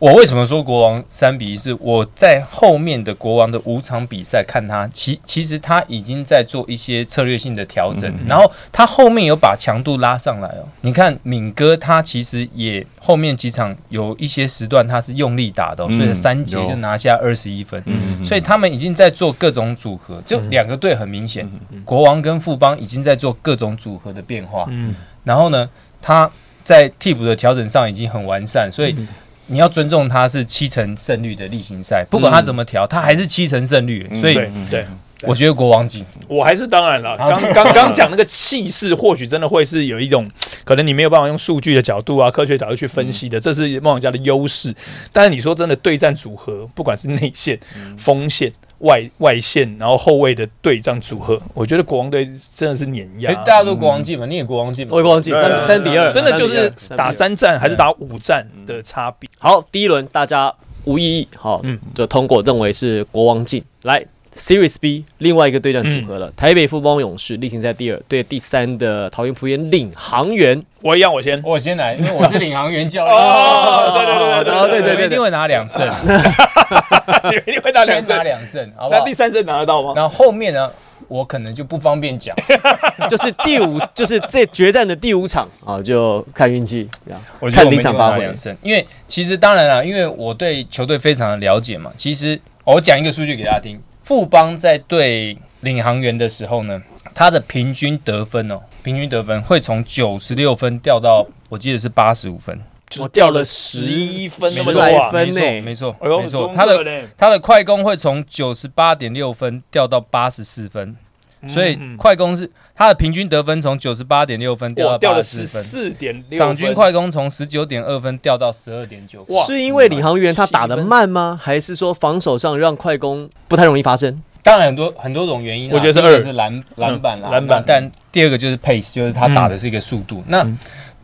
[SPEAKER 3] 我为什么说国王三比一？是我在后面的国王的五场比赛看他，其其实他已经在做一些策略性的调
[SPEAKER 4] 嗯
[SPEAKER 3] 整，然后他后面有把强度拉上来哦。你看敏哥，他其实也后面几场有一些时段他是用力打的哦、
[SPEAKER 4] 嗯
[SPEAKER 3] 所以三节就拿下二十一分。
[SPEAKER 4] 嗯
[SPEAKER 3] 所以他们已经在做各种组合，就两个队很明显，
[SPEAKER 4] 嗯
[SPEAKER 3] 国王跟富邦已经在做各种组合的变化。
[SPEAKER 2] 嗯，
[SPEAKER 3] 然后呢，他在替补的调整上已经很完善，所以
[SPEAKER 2] 嗯
[SPEAKER 3] 你要尊重他是七成胜率的例行赛，不管他怎么调，他还是七成胜
[SPEAKER 4] 嗯
[SPEAKER 3] 率，所以
[SPEAKER 2] 嗯对对，
[SPEAKER 3] 我觉得国王进。
[SPEAKER 2] 我还是当然了，
[SPEAKER 3] 好
[SPEAKER 2] 刚刚刚讲那个气势，或许真的会是有一种可能你没有办法用数据的角度啊、科学角度去分析的，这是梦想家的优势。但是你说真的，对战组合，不管是内线、锋线。外外线，然后后卫的对战组合，我觉得国王队真的是碾压
[SPEAKER 3] 哎，。大家都国王进嘛，你也国王进嘛
[SPEAKER 1] 我。也忘记
[SPEAKER 4] 对啊
[SPEAKER 1] 三三比二，
[SPEAKER 2] 真的就是
[SPEAKER 1] 3比2
[SPEAKER 2] 打。三战还是打五战的差别。
[SPEAKER 1] 好，第一轮大家无异议，好，
[SPEAKER 2] 嗯
[SPEAKER 1] 就通过认为是国王进。来， Series B 另外一个对战组合了，台北富邦勇士力行在第二，对第三的桃园璞园领航员。
[SPEAKER 2] 我一样，我先。
[SPEAKER 3] 我先来，因为我是领航员教练，
[SPEAKER 2] 哦，对对对对
[SPEAKER 1] 然后啊对对
[SPEAKER 3] 我一
[SPEAKER 1] 对
[SPEAKER 3] 定
[SPEAKER 1] 对，
[SPEAKER 3] 会拿两胜，
[SPEAKER 2] 对，你们一定会打两
[SPEAKER 3] 先拿
[SPEAKER 2] 胜。
[SPEAKER 3] 两胜，好不
[SPEAKER 2] 那
[SPEAKER 3] 好
[SPEAKER 2] 第？三胜拿得 到吗？
[SPEAKER 3] 然后后面呢，我可能就不方便讲。
[SPEAKER 1] 就是第五，就是这决战的第五场啊，就看运气，这样
[SPEAKER 3] 我觉得
[SPEAKER 1] 看
[SPEAKER 3] 我们
[SPEAKER 1] 临
[SPEAKER 3] 一定
[SPEAKER 1] 场
[SPEAKER 3] 会
[SPEAKER 1] 发
[SPEAKER 3] 拿
[SPEAKER 1] 挥
[SPEAKER 3] 两。胜，因为其实当然了，因为我对球队非常的了解嘛。其实、哦我讲一个数据给大家听，富邦在对领航员的时候呢，他的平均得分哦，平均得分会从九十六分掉到我记得是八十五分，
[SPEAKER 1] 我掉了十一
[SPEAKER 2] 分
[SPEAKER 1] 十
[SPEAKER 2] 那么多啊
[SPEAKER 1] 来分呢、
[SPEAKER 3] 没错，
[SPEAKER 2] 哎呦
[SPEAKER 3] 没错，
[SPEAKER 2] 中
[SPEAKER 3] 他
[SPEAKER 2] 二
[SPEAKER 3] 的
[SPEAKER 2] 嘞
[SPEAKER 3] 他的快攻会从九十八点六分掉到八十四分，所以
[SPEAKER 2] 嗯嗯
[SPEAKER 3] 快攻是他的平均得分从九十八点六分掉
[SPEAKER 2] 我
[SPEAKER 3] 到
[SPEAKER 2] 掉
[SPEAKER 3] 八
[SPEAKER 2] 了
[SPEAKER 3] 十
[SPEAKER 2] 十
[SPEAKER 3] 分。
[SPEAKER 2] 四点六，
[SPEAKER 3] 场均快攻从十九点二分掉到十二点九，
[SPEAKER 2] 哇
[SPEAKER 1] 是因为领航员他打得慢吗？还是说防守上让快攻不太容易发生？
[SPEAKER 3] 当然很多很多种原因、啊，
[SPEAKER 2] 我觉得是
[SPEAKER 3] 第一个
[SPEAKER 2] 二
[SPEAKER 3] 是篮篮板啦，
[SPEAKER 2] 篮板嗯
[SPEAKER 3] 那但第二个就是 pace，就是他打的是一个速度。那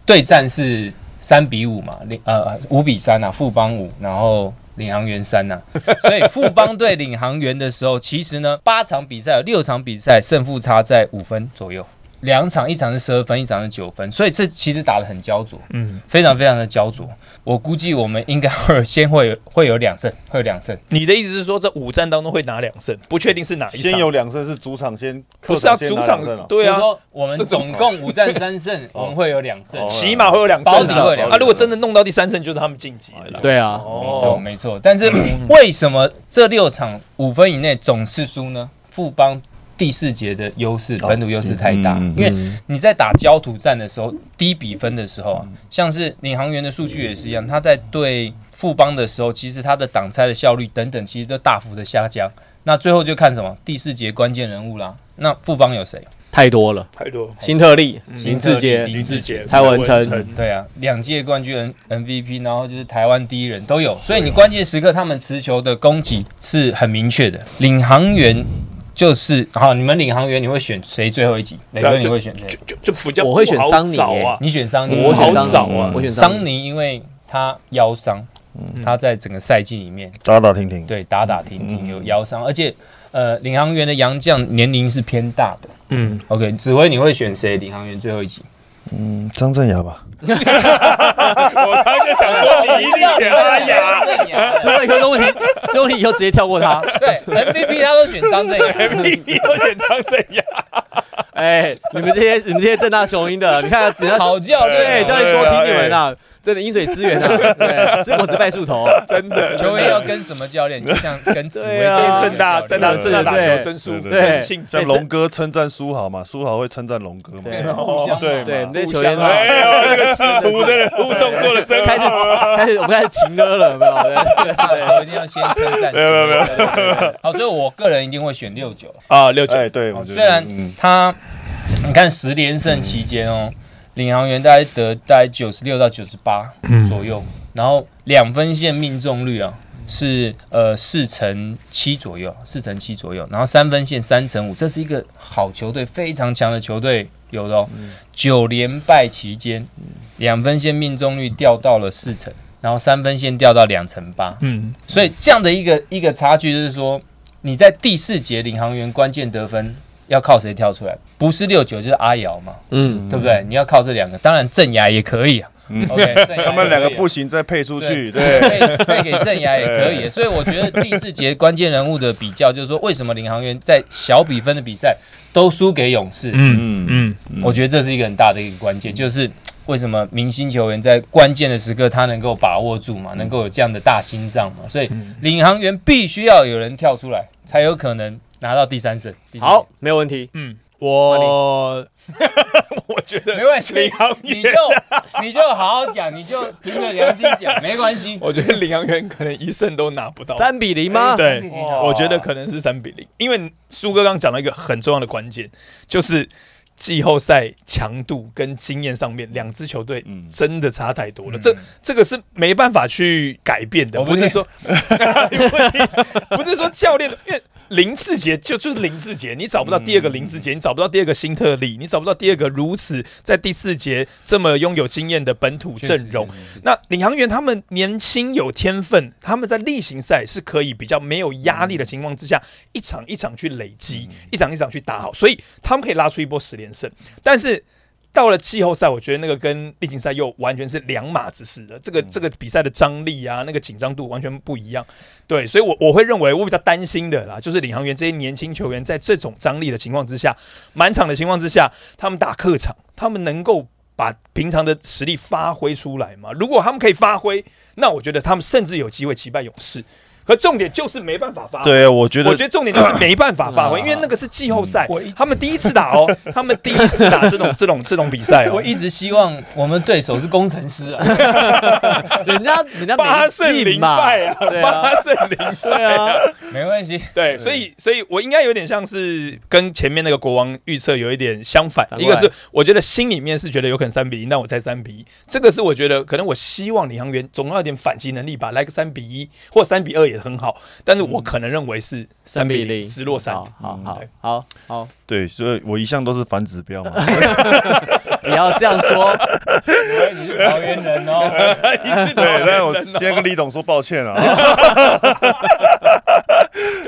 [SPEAKER 3] 对战是三比五嘛，领呃五比三啊，富邦五，然后领航员三 呐、啊，所以富邦对领航员的时候，其实呢八场比赛有六场比赛胜负差在五分左右。两场，一场是十二分，一场是九分，所以这其实打得很焦灼，
[SPEAKER 2] 嗯，
[SPEAKER 3] 非常非常的焦灼。我估计我们应该会有先会有会有两胜，会有两胜。
[SPEAKER 2] 你的意思是说这五战当中会拿两胜，不确定是哪一
[SPEAKER 4] 先
[SPEAKER 2] 场？
[SPEAKER 4] 有两胜是主场先，
[SPEAKER 2] 不
[SPEAKER 4] 客
[SPEAKER 2] 是啊，
[SPEAKER 4] 先
[SPEAKER 2] 主
[SPEAKER 4] 拿
[SPEAKER 2] 场
[SPEAKER 4] 两胜哦
[SPEAKER 2] 对
[SPEAKER 3] 就是
[SPEAKER 2] 啊，
[SPEAKER 3] 说我们
[SPEAKER 2] 这
[SPEAKER 3] 总共五战三胜，我们会有两胜
[SPEAKER 4] 哦。
[SPEAKER 2] 起码会有两胜
[SPEAKER 3] 保
[SPEAKER 1] 底会有
[SPEAKER 2] 啊
[SPEAKER 1] 两
[SPEAKER 2] 啊。
[SPEAKER 3] 胜
[SPEAKER 2] 如果真的弄到第三胜，就是他们晋级了啦。
[SPEAKER 1] 对啊，
[SPEAKER 3] 没
[SPEAKER 2] 哎哦
[SPEAKER 3] 错，，没错。但是为什么这六场五分以内总是输呢？富邦第四节的优势，本土优势太大，
[SPEAKER 4] 嗯嗯嗯
[SPEAKER 3] 因为你在打焦土战的时候，低比分的时候啊，像是领航员的数据也是一样，他在对富邦的时候，其实他的挡拆的效率等等，其实都大幅的下降。那最后就看什么第四节关键人物啦。那富邦有谁？
[SPEAKER 1] 太多了。
[SPEAKER 2] 太多。
[SPEAKER 1] 新特利、林志
[SPEAKER 3] 特
[SPEAKER 1] 杰
[SPEAKER 3] 利、
[SPEAKER 2] 林志杰、
[SPEAKER 1] 蔡文成
[SPEAKER 3] 对啊，两届冠军 N MVP，然后就是台湾第一人都有，所以你关键时刻他们持球的攻击是很明确的。领航员就是好，你们领航员你会选谁最后一集？磊哥
[SPEAKER 2] 对啊
[SPEAKER 3] 你会选谁？
[SPEAKER 2] 就就就比较
[SPEAKER 1] 我会选
[SPEAKER 2] 不好
[SPEAKER 1] 桑尼
[SPEAKER 2] 找
[SPEAKER 1] 耶
[SPEAKER 2] 啊，
[SPEAKER 3] 你选桑尼，
[SPEAKER 1] 我选
[SPEAKER 2] 好
[SPEAKER 1] 张
[SPEAKER 2] 早啊
[SPEAKER 1] 我选
[SPEAKER 3] 桑
[SPEAKER 1] 张
[SPEAKER 3] 尼，因为他腰伤，他在整个赛季里面
[SPEAKER 4] 打打停停，
[SPEAKER 3] 对打打停停有腰伤，而且呃，领航员的洋将年龄是偏大的。
[SPEAKER 2] 嗯，
[SPEAKER 3] OK，紫薇你会选谁？领航员最后一集？
[SPEAKER 4] 嗯，张镇雅吧，
[SPEAKER 2] 我刚刚就想说你一定选阿 雅，
[SPEAKER 1] 所以科的 问题，最后你以后直接跳过他。
[SPEAKER 3] 对 MVP 他都选张镇雅。
[SPEAKER 2] 你一定要选张镇雅。
[SPEAKER 1] 哎，你们这些你们这些正大雄鹰的，你看人家
[SPEAKER 3] 好教
[SPEAKER 1] 对
[SPEAKER 3] 练，
[SPEAKER 1] 教练多听你们
[SPEAKER 2] 哎
[SPEAKER 1] 啊，真的饮水思源 啊，对，吃果子拜树头啊，真的
[SPEAKER 3] 球员要跟什么教练？就像跟紫薇
[SPEAKER 1] 对啊
[SPEAKER 3] 跟
[SPEAKER 2] 正大正大
[SPEAKER 4] 对
[SPEAKER 2] 正大打球
[SPEAKER 1] 对
[SPEAKER 2] 真舒服，
[SPEAKER 4] 对
[SPEAKER 1] 对
[SPEAKER 2] 真兴
[SPEAKER 4] 像
[SPEAKER 2] 奋。
[SPEAKER 4] 龙哥称赞苏豪嘛，苏豪会称赞龙哥嘛，
[SPEAKER 1] 对
[SPEAKER 3] 互相
[SPEAKER 4] 对
[SPEAKER 1] 对，
[SPEAKER 4] 嘛
[SPEAKER 1] 你那球员
[SPEAKER 2] 哎
[SPEAKER 1] 啊
[SPEAKER 2] 呦，这个师徒真的互动做的真
[SPEAKER 1] 开始
[SPEAKER 2] 好。啊
[SPEAKER 1] 开始我们开始情勒了，有没有？对
[SPEAKER 3] 打的时候一定要先称赞紫薇。没有没有。好，所以我个人一定会选六九。
[SPEAKER 2] 啊，六九
[SPEAKER 4] 哎，对，我觉得
[SPEAKER 3] 虽然
[SPEAKER 4] 嗯
[SPEAKER 3] 他，你看十连胜期间哦，领航员大概得大概九十六到九十八左右，然后两分线命中率啊。是呃四乘七左右，四乘七左右，然后三分线三乘五，这是一个好球队，非常强的球队有的哦。九连败期间，两分线命中率掉到了四成，然后三分线掉到两成八，
[SPEAKER 2] 嗯，
[SPEAKER 3] 所以这样的一个一个差距，就是说你在第四节领航员关键得分要靠谁跳出来？不是六九就是阿瑶嘛，
[SPEAKER 1] 嗯，
[SPEAKER 3] 对不对？你要靠这两个，当然郑雅也可 以啊。
[SPEAKER 4] 嗯
[SPEAKER 3] OK，
[SPEAKER 4] 他
[SPEAKER 3] 他
[SPEAKER 4] 们两个不行再配出去，对，
[SPEAKER 3] 配配给郑雅也可以。所以我觉得第四节关键人物的比较，就是说为什么领航员在小比分的比赛都输给勇士？
[SPEAKER 4] 嗯
[SPEAKER 2] 嗯
[SPEAKER 3] 我觉得这是一个很大的一个关键，就是为什么明星球员在关键的时刻他能够把握住
[SPEAKER 2] 嗯
[SPEAKER 3] 嘛，能够有这样的大心脏嘛，所以领航员必须要有人跳出来，才有可能拿到第三胜。第三胜
[SPEAKER 1] 好，，没有问题。
[SPEAKER 2] 嗯，我我觉得
[SPEAKER 3] 没关系
[SPEAKER 2] 领航
[SPEAKER 3] 你
[SPEAKER 2] 员
[SPEAKER 3] 就。你就好好讲，你就凭着良心讲，没关系。
[SPEAKER 2] 我觉得领航员可能一胜都拿不到，
[SPEAKER 1] 三比零吗？
[SPEAKER 3] 啊
[SPEAKER 2] 哎对，
[SPEAKER 3] 哇
[SPEAKER 2] 我觉得可能是三比零，因为苏哥刚讲到一个很重要的关键，就是季后赛强度跟经验上面，两支球队
[SPEAKER 4] 嗯
[SPEAKER 2] 真的差太多了。这这个是没办法去改变的，
[SPEAKER 3] 嗯我不
[SPEAKER 2] 不是
[SPEAKER 3] 念
[SPEAKER 2] 说你不念不是说教练的，因为林志杰就就是林志杰，你找不到第二个林志杰，你找不到第二个新特利，你找不到第二个如此在第四节这么拥有经验的本土阵容。那领航员他们年轻有天分，他们在例行赛是可以比较没有压力的情况之下，一场一场去累积，一场一场去打好，所以他们可以拉出一波十连胜。但是到了季后赛，我觉得那个跟例行赛又完全是两码子事的。这个这个比赛的张力啊，那个紧张度完全不一样。对，所以我，我会认为我比较担心的啦，就是领航员这些年轻球员在这种张力的情况之下，满场的情况之下，他们打客场，他们能够把平常的实力发挥出来吗？如果他们可以发挥，那我觉得他们甚至有机会击败勇士。可重点就是没办法发挥。
[SPEAKER 4] 对，我觉得
[SPEAKER 2] 我觉得重点就是没办法发挥，因为那个是季后赛，他们第一次打 哦，他们第一次打这种这种这种比赛哦
[SPEAKER 3] 我，一直希望我们对手是工程师啊，
[SPEAKER 1] 人家人家
[SPEAKER 2] 八
[SPEAKER 1] 没
[SPEAKER 2] 胜
[SPEAKER 1] 进
[SPEAKER 2] 零
[SPEAKER 1] 嘛
[SPEAKER 2] 败啊，
[SPEAKER 1] 对啊
[SPEAKER 2] 八胜零败。
[SPEAKER 1] 对啊，
[SPEAKER 3] 没关系，
[SPEAKER 2] 对，所以所以我应该有点像是跟前面那个国王预测有一点相反，
[SPEAKER 1] 反
[SPEAKER 2] 一
[SPEAKER 1] 过来
[SPEAKER 2] 个是我觉得心里面是觉得有可能三比一，但我猜三比一，这个是我觉得可能我希望领航员总要有点反击能力吧，来个三比一或三比二也很好，但是我可能认为是
[SPEAKER 1] 三比零，
[SPEAKER 2] 直落三
[SPEAKER 1] 好。好
[SPEAKER 2] 嗯
[SPEAKER 1] 好
[SPEAKER 2] 对
[SPEAKER 1] 好好，
[SPEAKER 4] 对，所以我一向都是反指标嘛。
[SPEAKER 1] 不要这样 说，
[SPEAKER 3] 我一直是桃园人哦，
[SPEAKER 2] 你是
[SPEAKER 4] 对，
[SPEAKER 2] 对
[SPEAKER 4] 那我先跟李董说抱歉啊了。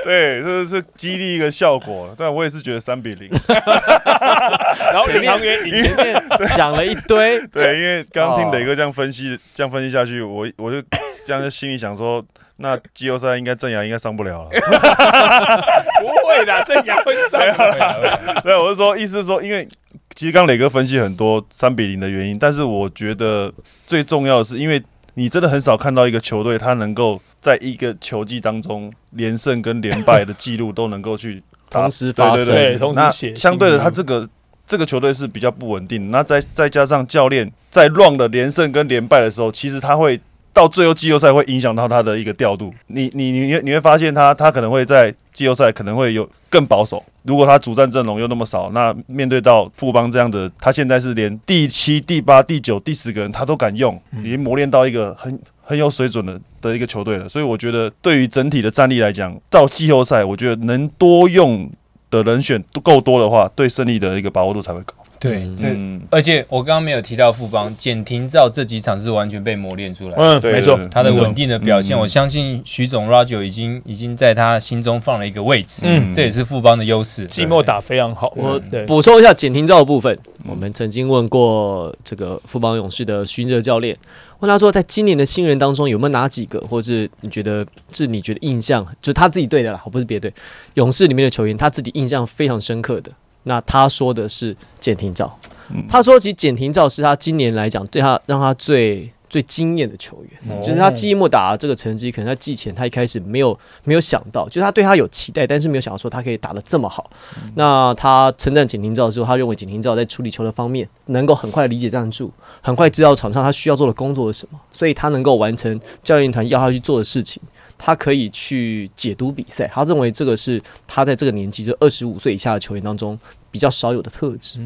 [SPEAKER 4] 对，这是激励一个效果，但我也是觉得三比零。
[SPEAKER 2] 然后领航员赢。
[SPEAKER 1] 前面讲了一 堆，
[SPEAKER 4] 对，因为刚刚听磊哥这样分析，这样分析下去，我我就这样就心里想说，那季后赛应该正阳应该上不了了。
[SPEAKER 2] 不会 的，这牙会上。
[SPEAKER 3] 会啊会啊
[SPEAKER 4] 对，我是说，意思是说，因为其实刚刚磊哥分析很多三比零的原因，但是我觉得最重要的是，因为你真的很少看到一个球队，他能够在一个球季当中连胜跟连败的记录都能够去打
[SPEAKER 1] 同时发
[SPEAKER 4] 对
[SPEAKER 1] 生，
[SPEAKER 4] 对
[SPEAKER 2] 对，同时
[SPEAKER 4] 那
[SPEAKER 2] 写
[SPEAKER 4] 相对的，他这个这个球队是比较不稳定。那再再加上教练在 run 的连胜跟连败的时候，其实他会到最后季后赛会影响到他的一个调度。你你你你会发现他他可能会在季后赛可能会有更保守。如果他主战阵容又那么少，那面对到富邦这样的，他现在是连第七、第八、第九、第十个人他都敢用，已经磨练到一个很很有水准的的一个球队了。所以我觉得对于整体的战力来讲，到季后赛，我觉得能多用的人选都够多的话，对胜利的一个把握度才会高。
[SPEAKER 3] 对，这
[SPEAKER 4] 嗯，
[SPEAKER 3] 而且我刚刚没有提到富邦简廷照这几场是完全被磨练出来的，
[SPEAKER 2] 嗯，
[SPEAKER 4] 对
[SPEAKER 2] 没错
[SPEAKER 4] 对，
[SPEAKER 3] 他的稳定的表现，
[SPEAKER 4] 嗯
[SPEAKER 3] 我相信徐总 Roger 已经已经在他心中放了一个位置，
[SPEAKER 2] 嗯
[SPEAKER 3] 这也是富邦的优势。
[SPEAKER 2] 寂寞打非常好。
[SPEAKER 1] 我
[SPEAKER 2] 对，嗯
[SPEAKER 1] 补充一下简廷照的部分，我们曾经问过这个富邦勇士的徐哲教练，问他说，在今年的新人当中有没有哪几个，或是你觉得是你觉得印象，就是他自己对的啦，不是别队勇士里面的球员，他自己印象非常深刻的。那他说的是简廷照，
[SPEAKER 2] 嗯
[SPEAKER 1] 他说其实简廷照是他今年来讲对他让他最最惊艳的球员。
[SPEAKER 2] 哦
[SPEAKER 1] 就是他季末打这个成绩，可能在季前他一开始没有没有想到，就是他对他有期待，但是没有想到说他可以打得这么好。那他称赞景廷照之后，他认为景廷照在处理球的方面能够很快理解战术，很快知道场上他需要做的工作是什么，所以他能够完成教练团要他去做的事情。他可以去解读比赛，他认为这个是他在这个年纪，就二十五岁以下的球员当中比较少有的特质。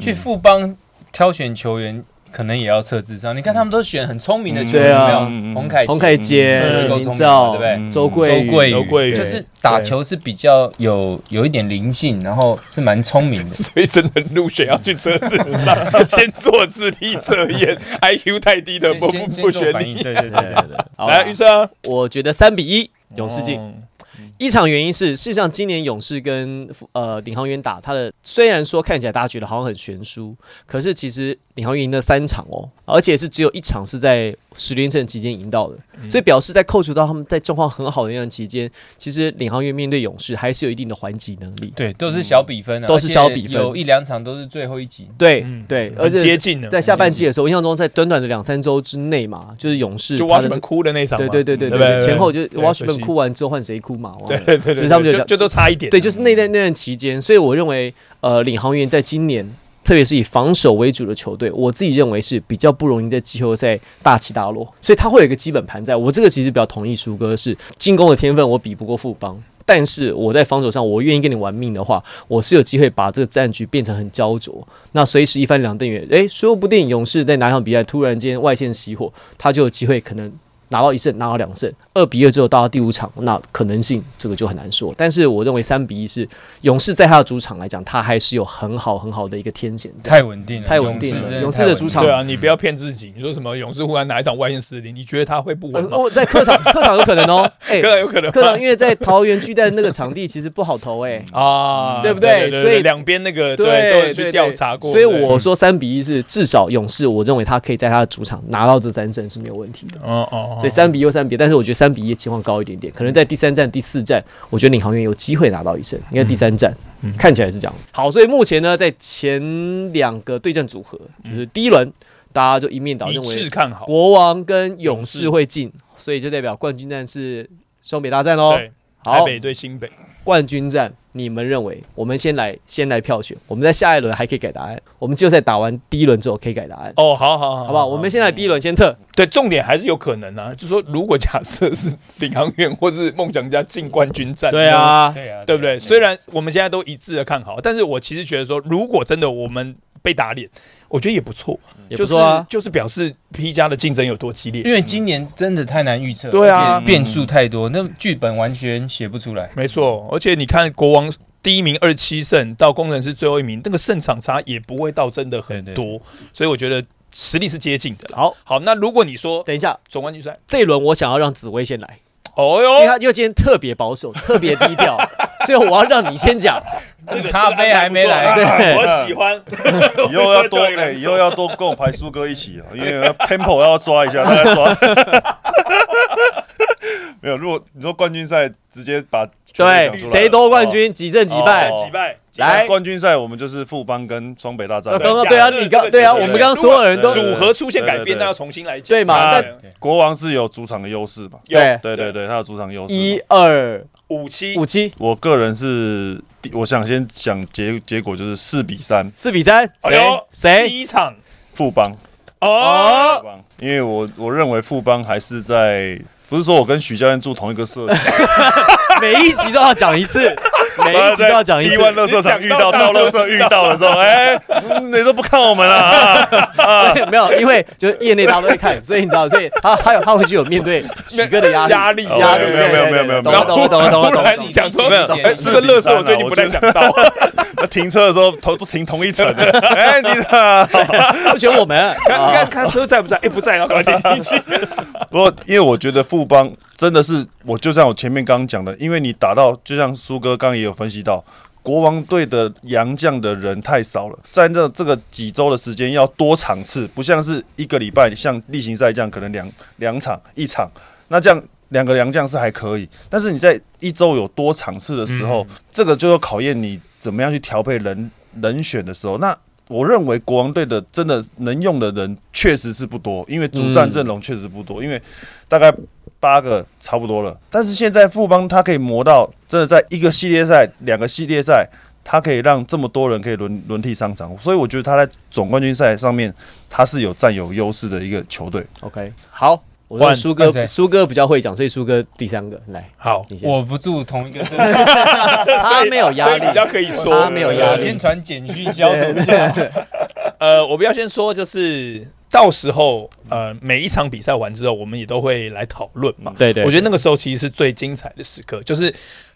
[SPEAKER 3] 去富邦挑选球员，可能也要测智商。你看他们都选很聪明的球
[SPEAKER 1] 嗯对
[SPEAKER 3] 员，
[SPEAKER 1] 啊
[SPEAKER 3] 有没
[SPEAKER 4] 嗯嗯
[SPEAKER 3] 有？
[SPEAKER 4] 嗯
[SPEAKER 3] 洪凯
[SPEAKER 1] 洪凯杰、
[SPEAKER 2] 嗯
[SPEAKER 1] 景
[SPEAKER 3] 够
[SPEAKER 1] 廷
[SPEAKER 3] 聪明
[SPEAKER 1] 照，
[SPEAKER 3] 嘛对不
[SPEAKER 4] 对
[SPEAKER 1] 周桂宇
[SPEAKER 3] 周桂宇
[SPEAKER 2] 周桂宇
[SPEAKER 3] 就
[SPEAKER 2] 对
[SPEAKER 3] 是打球是比较有有一点灵性，然后是蛮聪明 的。
[SPEAKER 2] 所以真的入选要去测智商，先做智力 测验，IQ 太低的
[SPEAKER 3] 先
[SPEAKER 2] 不不
[SPEAKER 3] 先
[SPEAKER 2] 不
[SPEAKER 3] 先做
[SPEAKER 2] 选
[SPEAKER 3] 反
[SPEAKER 2] 你。
[SPEAKER 3] 应，对对
[SPEAKER 1] 对
[SPEAKER 3] 对对
[SPEAKER 1] 对对，好啦
[SPEAKER 2] 来，预测啊
[SPEAKER 1] 我觉得三比一勇士进。
[SPEAKER 2] 嗯
[SPEAKER 1] 一场原因是，事实上今年勇士跟呃领航员打，他的虽然说看起来大家觉得好像很悬殊，可是其实领航员赢了三场哦，而且是只有一场是在十连胜期间赢到的，
[SPEAKER 2] 嗯
[SPEAKER 1] 所以表示在扣除到他们在状况很好的那段期间，其实领航员面对勇士还是有一定的还击能力。
[SPEAKER 3] 对，都是小比分啊，
[SPEAKER 1] 都是
[SPEAKER 3] 而且
[SPEAKER 1] 小比分
[SPEAKER 3] 有一两场都是最后一集。
[SPEAKER 1] 对
[SPEAKER 2] 嗯
[SPEAKER 1] 对，而
[SPEAKER 2] 很
[SPEAKER 1] 且
[SPEAKER 2] 接
[SPEAKER 1] 是
[SPEAKER 2] 近了，
[SPEAKER 1] 在下半季的时候，我印象中在短短的两三周之内嘛，就是勇士
[SPEAKER 2] 就
[SPEAKER 1] 他
[SPEAKER 2] 挖
[SPEAKER 1] 的
[SPEAKER 2] 什么哭的那一场嘛，嗯
[SPEAKER 1] 对对对对
[SPEAKER 2] 对
[SPEAKER 1] 对，
[SPEAKER 2] 不
[SPEAKER 1] 前后就
[SPEAKER 2] 对所
[SPEAKER 1] Washburn
[SPEAKER 2] 以
[SPEAKER 1] 哭完之后换谁哭嘛，忘了
[SPEAKER 2] 对对对
[SPEAKER 1] 就
[SPEAKER 2] 对，
[SPEAKER 1] 是他们就
[SPEAKER 2] 就就都差一点，啊
[SPEAKER 1] 对，就是那段那段期间，所以我认为，呃，领航员在今年，特别是以防守为主的球队，我自己认为是比较不容易在季后赛大起大落，所以他会有一个基本盘在。我这个其实比较同意舒哥是进攻的天分我比不过富邦，但是我在防守上我愿意跟你玩命的话，我是有机会把这个战局变成很焦灼，那随时一翻两瞪眼，诶，说不定勇士在哪场比赛突然间外线熄火，他就有机会可能。拿到一胜，拿到两胜，二比二之后到了第五场，那可能性这个就很难说。但是我认为三比一是勇士在他的主场来讲，他还是有很好很好的一个天险在。
[SPEAKER 3] 太稳定了，
[SPEAKER 1] 太稳定了勇士的主场
[SPEAKER 2] 对啊，你不要骗自己。你说什么勇士忽然哪一场外线失灵，你觉得他会不稳
[SPEAKER 1] 呃
[SPEAKER 2] 吗？
[SPEAKER 1] 哦，在客场客场有可能 哦，哎、
[SPEAKER 2] 可能有可能
[SPEAKER 1] 客场
[SPEAKER 2] 吗
[SPEAKER 1] 因为在桃园巨蛋那个场地其实不好投哎、
[SPEAKER 2] 啊，
[SPEAKER 1] 对不对
[SPEAKER 2] 对？
[SPEAKER 1] 所以
[SPEAKER 2] 两边那个对都
[SPEAKER 1] 对
[SPEAKER 2] 有去调查过，
[SPEAKER 1] 所以
[SPEAKER 2] 对
[SPEAKER 1] 我说三比一是至少勇士，我认为他可以在他的主场拿到这三胜是没有问题的。
[SPEAKER 2] 哦哦，
[SPEAKER 1] 所以三比一又三比一，但是我觉得三比一情况高一点点，可能在第三战、第四战，我觉得领航员有机会拿到一胜，因为第三战、
[SPEAKER 2] 嗯
[SPEAKER 1] 看起来是这样。好，所以目前呢，在前两个对战组合，就是第一轮大家就一面倒
[SPEAKER 2] 一
[SPEAKER 1] 认
[SPEAKER 2] 致
[SPEAKER 1] 为
[SPEAKER 2] 看好，
[SPEAKER 1] 国王跟勇士
[SPEAKER 2] 勇士
[SPEAKER 1] 会进，所以就代表冠军战是双北大战喽。
[SPEAKER 2] 对，台
[SPEAKER 1] 好，
[SPEAKER 2] 北对新北，
[SPEAKER 1] 冠军战，你们认为？我们先来先来票选，我们在下一轮还可以改答案，我们季后赛打完第一轮之后可以改答案，
[SPEAKER 2] 哦，好好好，
[SPEAKER 1] 好不好？我们先来第一轮先测，
[SPEAKER 2] 对，重点还是有可能啊，就说如果假设是领航员或是梦想家进冠军战，
[SPEAKER 1] 对啊
[SPEAKER 3] 对啊，
[SPEAKER 2] 对不对？虽然我们现在都一致的看好，但是我其实觉得说，如果真的我们被打脸，我觉得也不错，
[SPEAKER 1] 也不错啊。
[SPEAKER 2] 就是就是表示 P 加的竞争有多激烈。
[SPEAKER 3] 因为今年真的太难预测，
[SPEAKER 2] 对啊
[SPEAKER 3] 而且变数太多，那剧本完全写不出来。
[SPEAKER 2] 没错，而且你看国王第一名二七胜到工程师最后一名，那个胜场差也不会到真的很多，
[SPEAKER 3] 对
[SPEAKER 2] 所以我觉得实力是接近的啦。
[SPEAKER 1] 好，
[SPEAKER 2] 好，那如果你说
[SPEAKER 1] 等一下，
[SPEAKER 2] 总冠军赛，
[SPEAKER 1] 这一轮我想要让紫薇先来，
[SPEAKER 2] 哦
[SPEAKER 1] 因为
[SPEAKER 2] 哟，
[SPEAKER 1] 她因为今天特别保守，特别低 调，所以我要让你先讲。
[SPEAKER 2] 这个
[SPEAKER 3] 咖啡还没来
[SPEAKER 2] 这个安排不错啊
[SPEAKER 4] 对
[SPEAKER 2] 我喜欢。
[SPEAKER 4] 以后要 多
[SPEAKER 2] 我也
[SPEAKER 4] 哎、
[SPEAKER 2] 很
[SPEAKER 4] 以后要多跟我排苏哥一起啊，因为 tempo 要抓一下，大概抓。 没有，如果你说冠军赛直接把全
[SPEAKER 1] 对，
[SPEAKER 4] 部讲出来
[SPEAKER 1] 谁夺冠军，几胜几败
[SPEAKER 4] 哦？
[SPEAKER 2] 几败？
[SPEAKER 1] 哎来，
[SPEAKER 4] 冠军赛我们就是富邦跟双北大战
[SPEAKER 1] 那，刚刚
[SPEAKER 2] 假
[SPEAKER 1] 对啊，
[SPEAKER 2] 设
[SPEAKER 1] 你
[SPEAKER 2] 这
[SPEAKER 1] 刚
[SPEAKER 2] 个
[SPEAKER 1] 对啊，
[SPEAKER 2] 结
[SPEAKER 1] 我
[SPEAKER 2] 果
[SPEAKER 1] 们刚刚所有人都
[SPEAKER 4] 对
[SPEAKER 2] 组合出现改
[SPEAKER 4] 对对
[SPEAKER 2] 变，
[SPEAKER 4] 对
[SPEAKER 2] 那要重新来讲
[SPEAKER 1] 对嘛？
[SPEAKER 4] 啊
[SPEAKER 1] 那
[SPEAKER 4] 国王是有主场的优势嘛？
[SPEAKER 1] 对，
[SPEAKER 4] 对对对，他有主场优势嘛。
[SPEAKER 1] 一二
[SPEAKER 2] 五七
[SPEAKER 1] 五七
[SPEAKER 4] 我个人是第，我想先讲结结果就是四比三
[SPEAKER 1] 四比三，
[SPEAKER 2] 哎
[SPEAKER 1] 谁
[SPEAKER 2] 呦
[SPEAKER 1] 谁？
[SPEAKER 2] 七场
[SPEAKER 4] 富邦，
[SPEAKER 2] 哦，
[SPEAKER 4] 富邦，因为我我认为富邦还是在，不是说我跟许教练住同一个 社区，
[SPEAKER 1] 每一集都要讲一 次，每哎一集都要讲一次
[SPEAKER 4] 一。万乐色场遇到到乐色遇到的时候，哎、 嗯你都不看我们啊？啊
[SPEAKER 1] 对，没有，因为就是业内大家都会看，所以你知道，所以他他有他回去有面对许哥的压力，
[SPEAKER 2] 压力
[SPEAKER 1] 压力，
[SPEAKER 4] 没有没有
[SPEAKER 1] 对对
[SPEAKER 4] 没有没有
[SPEAKER 1] 对
[SPEAKER 4] 没
[SPEAKER 1] 懂
[SPEAKER 4] 有
[SPEAKER 1] 了懂了懂了懂了懂了
[SPEAKER 2] 突
[SPEAKER 1] 哎
[SPEAKER 2] 然
[SPEAKER 1] 懂
[SPEAKER 2] 你
[SPEAKER 1] 了。
[SPEAKER 2] 讲说
[SPEAKER 3] 没有
[SPEAKER 2] 哎这个乐色，我最近不太想到。啊
[SPEAKER 4] 那停车的时候头都停同一层 的，哎、你啊
[SPEAKER 1] 不选我们，
[SPEAKER 2] 看
[SPEAKER 1] 啊
[SPEAKER 2] 看看车在不在？哎，不在，然后赶快点进 去。
[SPEAKER 4] 不过，因为我觉得富邦真的是，我就像我前面刚刚讲的，因为你打到，就像苏哥刚刚也有分析到，国王队的洋将的人太少了，在这这个几周的时间要多场次，不像是一个礼拜像例行赛这样，可能两两场一场，那这样。两个洋将是还可以，但是你在一周有多场次的时候，
[SPEAKER 2] 嗯
[SPEAKER 4] 这个就要考验你怎么样去调配人人选的时候。那我认为国王队的真的能用的人确实是不多，因为主战阵容确实不
[SPEAKER 2] 嗯
[SPEAKER 4] 多，因为大概八个差不多了。但是现在富邦他可以磨到真的在一个系列赛、两个系列赛，他可以让这么多人可以轮轮替上场，所以我觉得他在总冠军赛上面他是有占有优势的一个球队。
[SPEAKER 1] OK，好，我让
[SPEAKER 3] 换
[SPEAKER 1] 苏
[SPEAKER 3] 换
[SPEAKER 1] 哥，
[SPEAKER 3] 谁
[SPEAKER 1] 苏哥比较会讲，所以苏哥第三个来，
[SPEAKER 2] 好，
[SPEAKER 1] 你先。
[SPEAKER 3] 我不住同一 个阵，
[SPEAKER 1] 他没有压
[SPEAKER 2] 所以
[SPEAKER 1] 力
[SPEAKER 2] 比，较可以说
[SPEAKER 1] 他没有压
[SPEAKER 3] 我
[SPEAKER 1] 力
[SPEAKER 3] 先传简讯消毒一下。
[SPEAKER 2] 呃，我不要先说，就是到时候呃，每一场比赛完之后，我们也都会来讨论嘛。
[SPEAKER 1] 对对，
[SPEAKER 2] 我觉
[SPEAKER 1] 得
[SPEAKER 2] 得那个时候其实是最精彩的时刻，就是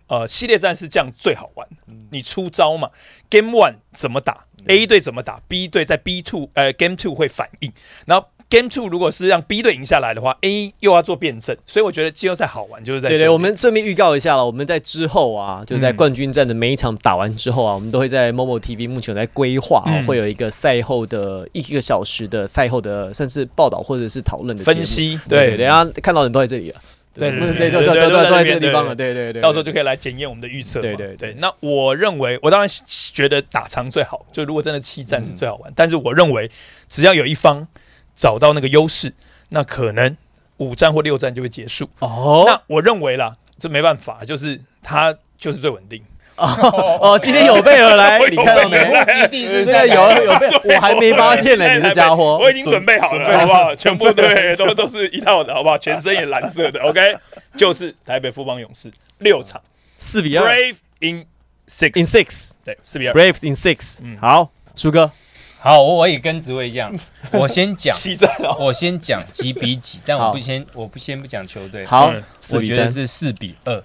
[SPEAKER 2] 呃，系列战是这样最好玩。
[SPEAKER 1] 嗯
[SPEAKER 2] 你出招嘛，Game One 怎么打，A 队怎么打，B 队在 B Two 呃 Game Two 会反应，然后 Game Two 如果是让 B 队赢下来的话，A 又要做辩证，所以我觉得季后赛好玩就是在
[SPEAKER 1] 对
[SPEAKER 2] 这
[SPEAKER 1] 对，
[SPEAKER 2] 里
[SPEAKER 1] 我们顺便预告一下了，我们在之后啊，就在
[SPEAKER 2] 嗯
[SPEAKER 1] 冠军战的每一场打完之后啊，我们都会在 Momo TV 目前有在规划啊，
[SPEAKER 2] 嗯
[SPEAKER 1] 会有一个赛后的一个小时的赛后的算是报道或者是讨论的节目
[SPEAKER 2] 分析，
[SPEAKER 1] 对，
[SPEAKER 2] 对
[SPEAKER 1] 等一下看到人都在这里了，
[SPEAKER 2] 对
[SPEAKER 1] 对
[SPEAKER 2] 对
[SPEAKER 1] 对对
[SPEAKER 2] 对对
[SPEAKER 1] 对
[SPEAKER 2] 对
[SPEAKER 1] 都
[SPEAKER 2] 对
[SPEAKER 1] 在
[SPEAKER 2] 对
[SPEAKER 1] 这个地方了，
[SPEAKER 2] 对
[SPEAKER 1] 对对对，
[SPEAKER 2] 到时候就可以来检验我们的预测嘛。
[SPEAKER 1] 对对对嗯
[SPEAKER 2] 那我认为，我当然觉得打长最好，就如果真的七战是最好玩。但是我认为，只要有一方找到那个优势，那可能五战或六战就会结束。
[SPEAKER 1] 哦
[SPEAKER 2] 那我认为啦，这没办法，就是他就是最稳定。
[SPEAKER 1] 哦，今天有备而来，你看到没？
[SPEAKER 3] 一定是
[SPEAKER 1] 这个有有备，我还没发现呢，
[SPEAKER 2] 哎
[SPEAKER 1] 你这家伙
[SPEAKER 2] 我已经准备好了，好不好？全部对，都都是一套的，好不好？全身也蓝色的，OK，就是 台北富邦勇士六场
[SPEAKER 1] 四比二
[SPEAKER 2] ，Brave in
[SPEAKER 1] ，in
[SPEAKER 2] six，
[SPEAKER 1] six。
[SPEAKER 2] 对，四比二。
[SPEAKER 1] Braves in six、好，苏哥，
[SPEAKER 3] 好，我我也跟职位一样，我 先讲，
[SPEAKER 2] 七战哦，
[SPEAKER 3] 我先讲几比几，但我
[SPEAKER 1] 好
[SPEAKER 3] 不先，我不先不讲球队，
[SPEAKER 1] 好
[SPEAKER 2] 嗯，
[SPEAKER 1] 四
[SPEAKER 3] 我
[SPEAKER 1] 比
[SPEAKER 3] 觉得
[SPEAKER 1] 三，
[SPEAKER 3] 是四比二。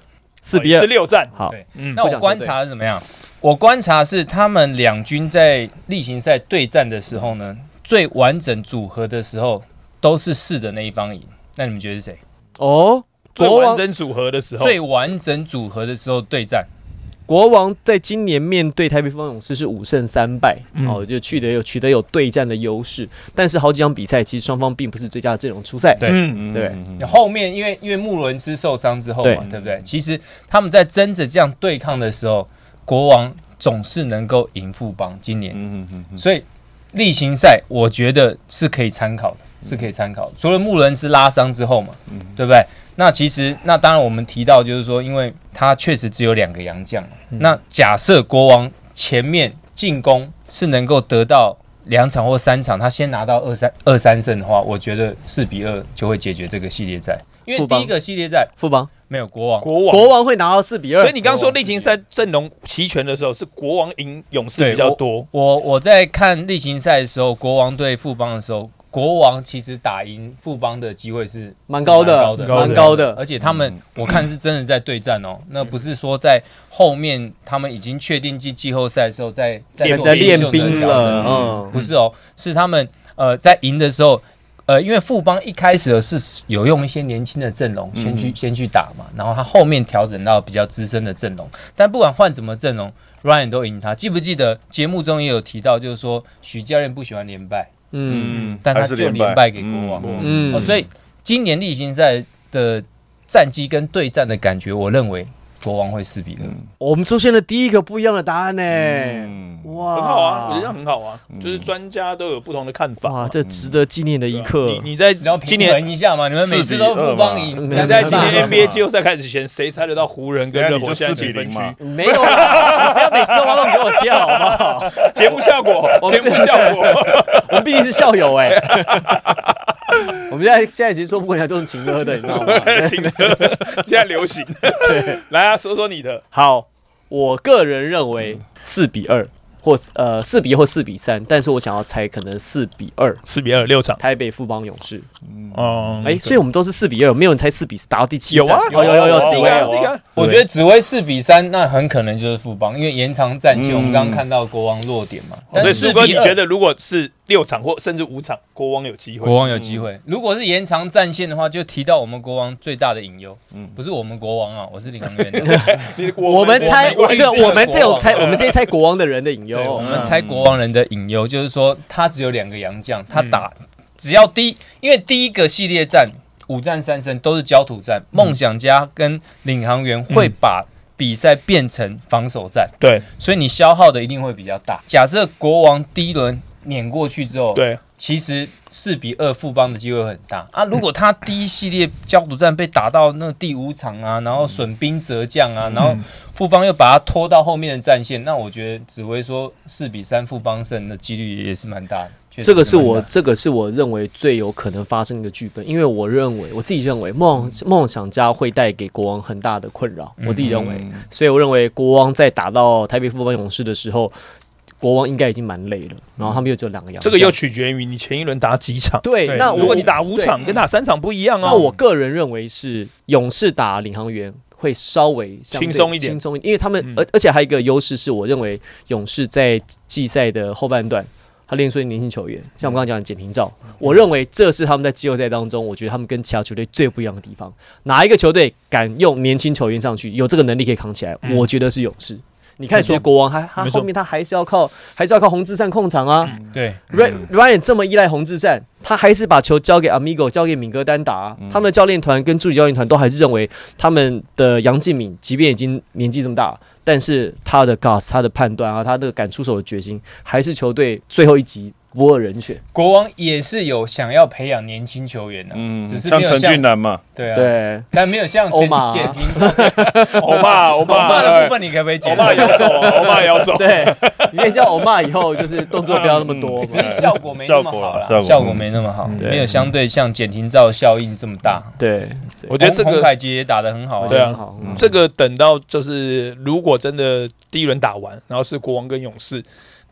[SPEAKER 1] 四比二
[SPEAKER 2] 是，六战，
[SPEAKER 1] 好，
[SPEAKER 3] 对，
[SPEAKER 2] 嗯
[SPEAKER 3] 那
[SPEAKER 1] 不
[SPEAKER 3] 我
[SPEAKER 1] 讲
[SPEAKER 3] 观
[SPEAKER 1] 球队
[SPEAKER 3] 察是怎么样？我观察是他们两军在例行赛对战的时候呢，最完整组合的时候都是四的那一方赢。那你们觉得是谁？
[SPEAKER 1] 哦，
[SPEAKER 2] 最
[SPEAKER 1] 国
[SPEAKER 2] 完
[SPEAKER 1] 王
[SPEAKER 2] 整组合的时候，
[SPEAKER 3] 最完整组合的时候对战，
[SPEAKER 1] 国王在今年面对台北风勇士是五胜三败，
[SPEAKER 2] 嗯
[SPEAKER 1] 哦，就取得有取得有对战的优势，但是好几场比赛其实双方并不是最佳的阵容出赛，
[SPEAKER 3] 对
[SPEAKER 2] 嗯，
[SPEAKER 4] 嗯
[SPEAKER 1] 对
[SPEAKER 4] 嗯
[SPEAKER 3] 后面因为因为穆伦斯受伤之后
[SPEAKER 1] 对
[SPEAKER 3] 嘛，对不对？其实他们在争着这样对抗的时候，国王总是能够赢富邦。今年，
[SPEAKER 4] 嗯嗯嗯，
[SPEAKER 3] 所以例行赛我觉得是可以参考的，是可以参考的。除了穆伦斯拉伤之后嘛，
[SPEAKER 1] 嗯
[SPEAKER 3] 对不对？那其实那当然我们提到就是说，因为他确实只有两个洋将嘛，
[SPEAKER 1] 嗯
[SPEAKER 3] 那假设国王前面进攻是能够得到。两场或三场，他先拿到二三二三胜的话，我觉得四比二就会解决这个系列赛。因为
[SPEAKER 1] 富邦
[SPEAKER 3] 第一个系列赛
[SPEAKER 1] 富邦
[SPEAKER 3] 没有国王，
[SPEAKER 2] 国王，
[SPEAKER 1] 国王会拿到四比二，
[SPEAKER 2] 所以你刚刚说例行赛阵容齐全的时候，是国王赢勇士
[SPEAKER 3] 对
[SPEAKER 2] 比较多，
[SPEAKER 3] 我我在看例行赛的时候，国王对富邦的时候，国王其实打赢富邦的机会是
[SPEAKER 1] 蛮高
[SPEAKER 3] 是
[SPEAKER 1] 的，蛮
[SPEAKER 3] 蛮高
[SPEAKER 1] 高
[SPEAKER 3] 的，
[SPEAKER 1] 的，
[SPEAKER 3] 而且他们、我看是真的在对战哦，那不是说在后面他们已经确定进季后赛的时候在在
[SPEAKER 2] 练
[SPEAKER 3] 做
[SPEAKER 1] 在
[SPEAKER 2] 兵
[SPEAKER 1] 练
[SPEAKER 3] 秀的
[SPEAKER 1] 兵
[SPEAKER 3] 调整
[SPEAKER 1] 了，嗯，
[SPEAKER 3] 不是哦，是他们呃在赢的时候，呃，因为富邦一开始是有用一些年轻的阵容
[SPEAKER 1] 嗯
[SPEAKER 3] 先去、先去打嘛，然后他后面调整到比较资深的阵容，但不管换怎么阵容，Ryan 都赢他。记不记得节目中也有提到，就是说许教练不喜欢连败，
[SPEAKER 1] 嗯，
[SPEAKER 4] 嗯
[SPEAKER 3] 但他
[SPEAKER 4] 还是
[SPEAKER 3] 就
[SPEAKER 4] 连
[SPEAKER 3] 连败给国王
[SPEAKER 1] 嗯
[SPEAKER 3] 哦、所以今年例行赛的战绩跟对战的感觉，我认为国王会四比
[SPEAKER 1] 嗯
[SPEAKER 3] 二、
[SPEAKER 1] 我们出现了第一个不一样的答案呢，
[SPEAKER 4] 嗯
[SPEAKER 1] 哇，
[SPEAKER 2] 很好啊，我觉得这样很好啊，就是专家都有不同的看法
[SPEAKER 1] 哇，
[SPEAKER 2] 嘛。
[SPEAKER 1] 这值得纪念的一
[SPEAKER 2] 对啊
[SPEAKER 1] 刻，
[SPEAKER 2] 你你在
[SPEAKER 3] 你要
[SPEAKER 2] 今
[SPEAKER 3] 平
[SPEAKER 2] 年，
[SPEAKER 3] 衡一下嘛，你们每次都富邦赢，
[SPEAKER 1] 4比2嘛嗯
[SPEAKER 2] 你在今
[SPEAKER 1] 没
[SPEAKER 2] 年
[SPEAKER 4] 办法
[SPEAKER 2] NBA 季后赛开始前，谁猜得到湖人跟热
[SPEAKER 4] 等一下你
[SPEAKER 2] 火
[SPEAKER 4] 就
[SPEAKER 2] 现在
[SPEAKER 4] 四
[SPEAKER 2] 几
[SPEAKER 4] 比
[SPEAKER 2] 分
[SPEAKER 4] 零
[SPEAKER 2] 区？
[SPEAKER 4] 嘛，
[SPEAKER 1] 没有啦，不要每次都往那给我跳好不 好？
[SPEAKER 2] 节目效果，
[SPEAKER 1] 我
[SPEAKER 2] 节目效果，
[SPEAKER 1] 我们毕竟是校友哎、 我们现在现在已经说不过人家都是情歌的，你知道吗？
[SPEAKER 2] 请的现在流行。来啊，说说你的，
[SPEAKER 1] 好，我个人认为四比二或呃四比一或四比三，但是我想要猜可能四比二。
[SPEAKER 2] 四比二六场，
[SPEAKER 1] 台北富邦勇士，
[SPEAKER 2] 嗯
[SPEAKER 1] 哎、所以我们都是四比二，没有人猜四比打到第七
[SPEAKER 2] 有啊，
[SPEAKER 1] 战有有有有，
[SPEAKER 2] 这
[SPEAKER 1] 紫
[SPEAKER 2] 个
[SPEAKER 1] 薇
[SPEAKER 2] 啊
[SPEAKER 1] 有
[SPEAKER 2] 这个啊，
[SPEAKER 3] 我觉得紫薇四比三，那很可能就是富邦，因为延长战绩，我们刚刚看到国王弱点嘛。但
[SPEAKER 2] 所以
[SPEAKER 3] 是
[SPEAKER 2] 树
[SPEAKER 3] 嗯哦四
[SPEAKER 2] 哥，你
[SPEAKER 3] 比
[SPEAKER 2] 觉
[SPEAKER 3] 二，
[SPEAKER 2] 得如果是六场或甚至五场，国王有机会？
[SPEAKER 3] 国王有机会。嗯如果是延长战线的话，就提到我们国王最大的隐忧，不是我们国王啊，我是领航员。
[SPEAKER 2] 你
[SPEAKER 1] 我们猜，
[SPEAKER 3] 我
[SPEAKER 1] 我
[SPEAKER 3] 们
[SPEAKER 1] 这
[SPEAKER 3] 我们
[SPEAKER 1] 我们这有猜，
[SPEAKER 3] 国
[SPEAKER 1] 我
[SPEAKER 3] 王
[SPEAKER 1] 们这些猜国王的人的隐
[SPEAKER 3] 对
[SPEAKER 1] 忧，
[SPEAKER 3] 我们猜国王人的隐忧就是说，他只有两个洋将，他打只要第一，因为第一个系列战五战三胜都是焦土战，梦想家跟领航员会把比赛变成防守战。
[SPEAKER 2] 对
[SPEAKER 3] 所以你消耗的一定会比较大。假设国王第一轮碾过去之后，，
[SPEAKER 2] 对，
[SPEAKER 3] 其实四比二富邦的机会很大啊。如果他第一系列焦土战被打到那第五场
[SPEAKER 1] 嗯
[SPEAKER 3] 啊，然后损兵折将啊，然
[SPEAKER 2] 嗯
[SPEAKER 3] 后富邦又把他拖到后面的战线，那我觉得紫薇说四比三富邦胜的几率也是蛮大的。确实
[SPEAKER 1] 这个是
[SPEAKER 3] 蛮大
[SPEAKER 1] 我
[SPEAKER 3] 的
[SPEAKER 1] 这个是我认为最有可能发生的一个剧本，因为我认为我自己认为梦
[SPEAKER 3] 嗯
[SPEAKER 1] 梦想家会带给国王很大的困扰，我自己认为，
[SPEAKER 4] 嗯
[SPEAKER 1] 所以我认为国王在打到台北富邦勇士的时候，国王应该已经蛮累了，然后他们又只有两个洋将，
[SPEAKER 2] 这个又取决于你前一轮打几场。
[SPEAKER 1] 对
[SPEAKER 3] 对，
[SPEAKER 1] 那我
[SPEAKER 2] 如果你打五
[SPEAKER 1] 对
[SPEAKER 2] 场，跟打三场不一样哦。
[SPEAKER 1] 那我个人认为是勇士打领航员会稍微相对
[SPEAKER 2] 轻松一点
[SPEAKER 1] 轻松一点，因为他们
[SPEAKER 2] 嗯
[SPEAKER 1] 而、而且还有一个优势是，我认为勇士在季赛的后半段。他练出年轻球员，像我们刚刚讲的简廷照，
[SPEAKER 2] 嗯
[SPEAKER 1] 我认为这是他们在季后赛当中，我觉得他们跟其他球队最不一样的地方。哪一个球队敢用年轻球员上去，有这个能力可以扛起来？
[SPEAKER 2] 嗯
[SPEAKER 1] 我觉得是勇士。你看，
[SPEAKER 2] 没错
[SPEAKER 1] 其实国王他他
[SPEAKER 2] 没错
[SPEAKER 1] 后面他还是要靠还是要靠洪志善控场啊，
[SPEAKER 2] 嗯
[SPEAKER 3] 对
[SPEAKER 1] Ryan Ryan 这么依赖洪志善，他还是把球交给 Amigo，交给敏哥单打、啊。他们的教练团跟助理教练团都还是认为他们的杨敬敏，即便已经年纪这么大，但是他的 gas、他的判断啊、他的敢出手的决心，还是球队最后一集不二人选。
[SPEAKER 3] 国王也是有想要培养年轻球员的、
[SPEAKER 4] 嗯，
[SPEAKER 3] 只是没
[SPEAKER 4] 像
[SPEAKER 3] 有
[SPEAKER 4] 陈
[SPEAKER 3] 像
[SPEAKER 4] 俊南 嘛，
[SPEAKER 3] 对啊，
[SPEAKER 1] 对，
[SPEAKER 3] 但没有像
[SPEAKER 1] 欧
[SPEAKER 3] 前
[SPEAKER 1] 马
[SPEAKER 3] 简 廷
[SPEAKER 2] 欧巴，欧
[SPEAKER 3] 欧
[SPEAKER 2] 巴
[SPEAKER 3] 巴的部，分，你嗯可不可以解
[SPEAKER 2] 哎欧巴
[SPEAKER 3] 释？
[SPEAKER 2] 摇手，欧巴摇
[SPEAKER 4] 啊
[SPEAKER 2] 手。
[SPEAKER 1] 对， 你可以叫欧骂以后就是动作不要那么多嘛。
[SPEAKER 3] 只是效果没那么好啦
[SPEAKER 4] 效果
[SPEAKER 3] 效果没那么好，
[SPEAKER 1] 对
[SPEAKER 3] 没有相对像减停照效应这么大。
[SPEAKER 1] 对，
[SPEAKER 2] 我觉得这
[SPEAKER 3] 洪洪
[SPEAKER 2] 个
[SPEAKER 3] 凯杰也打得很好啊，
[SPEAKER 2] 对啊
[SPEAKER 1] 很好，嗯很好
[SPEAKER 2] 这个等到就是如果真的第一轮打完，然后是国王跟勇士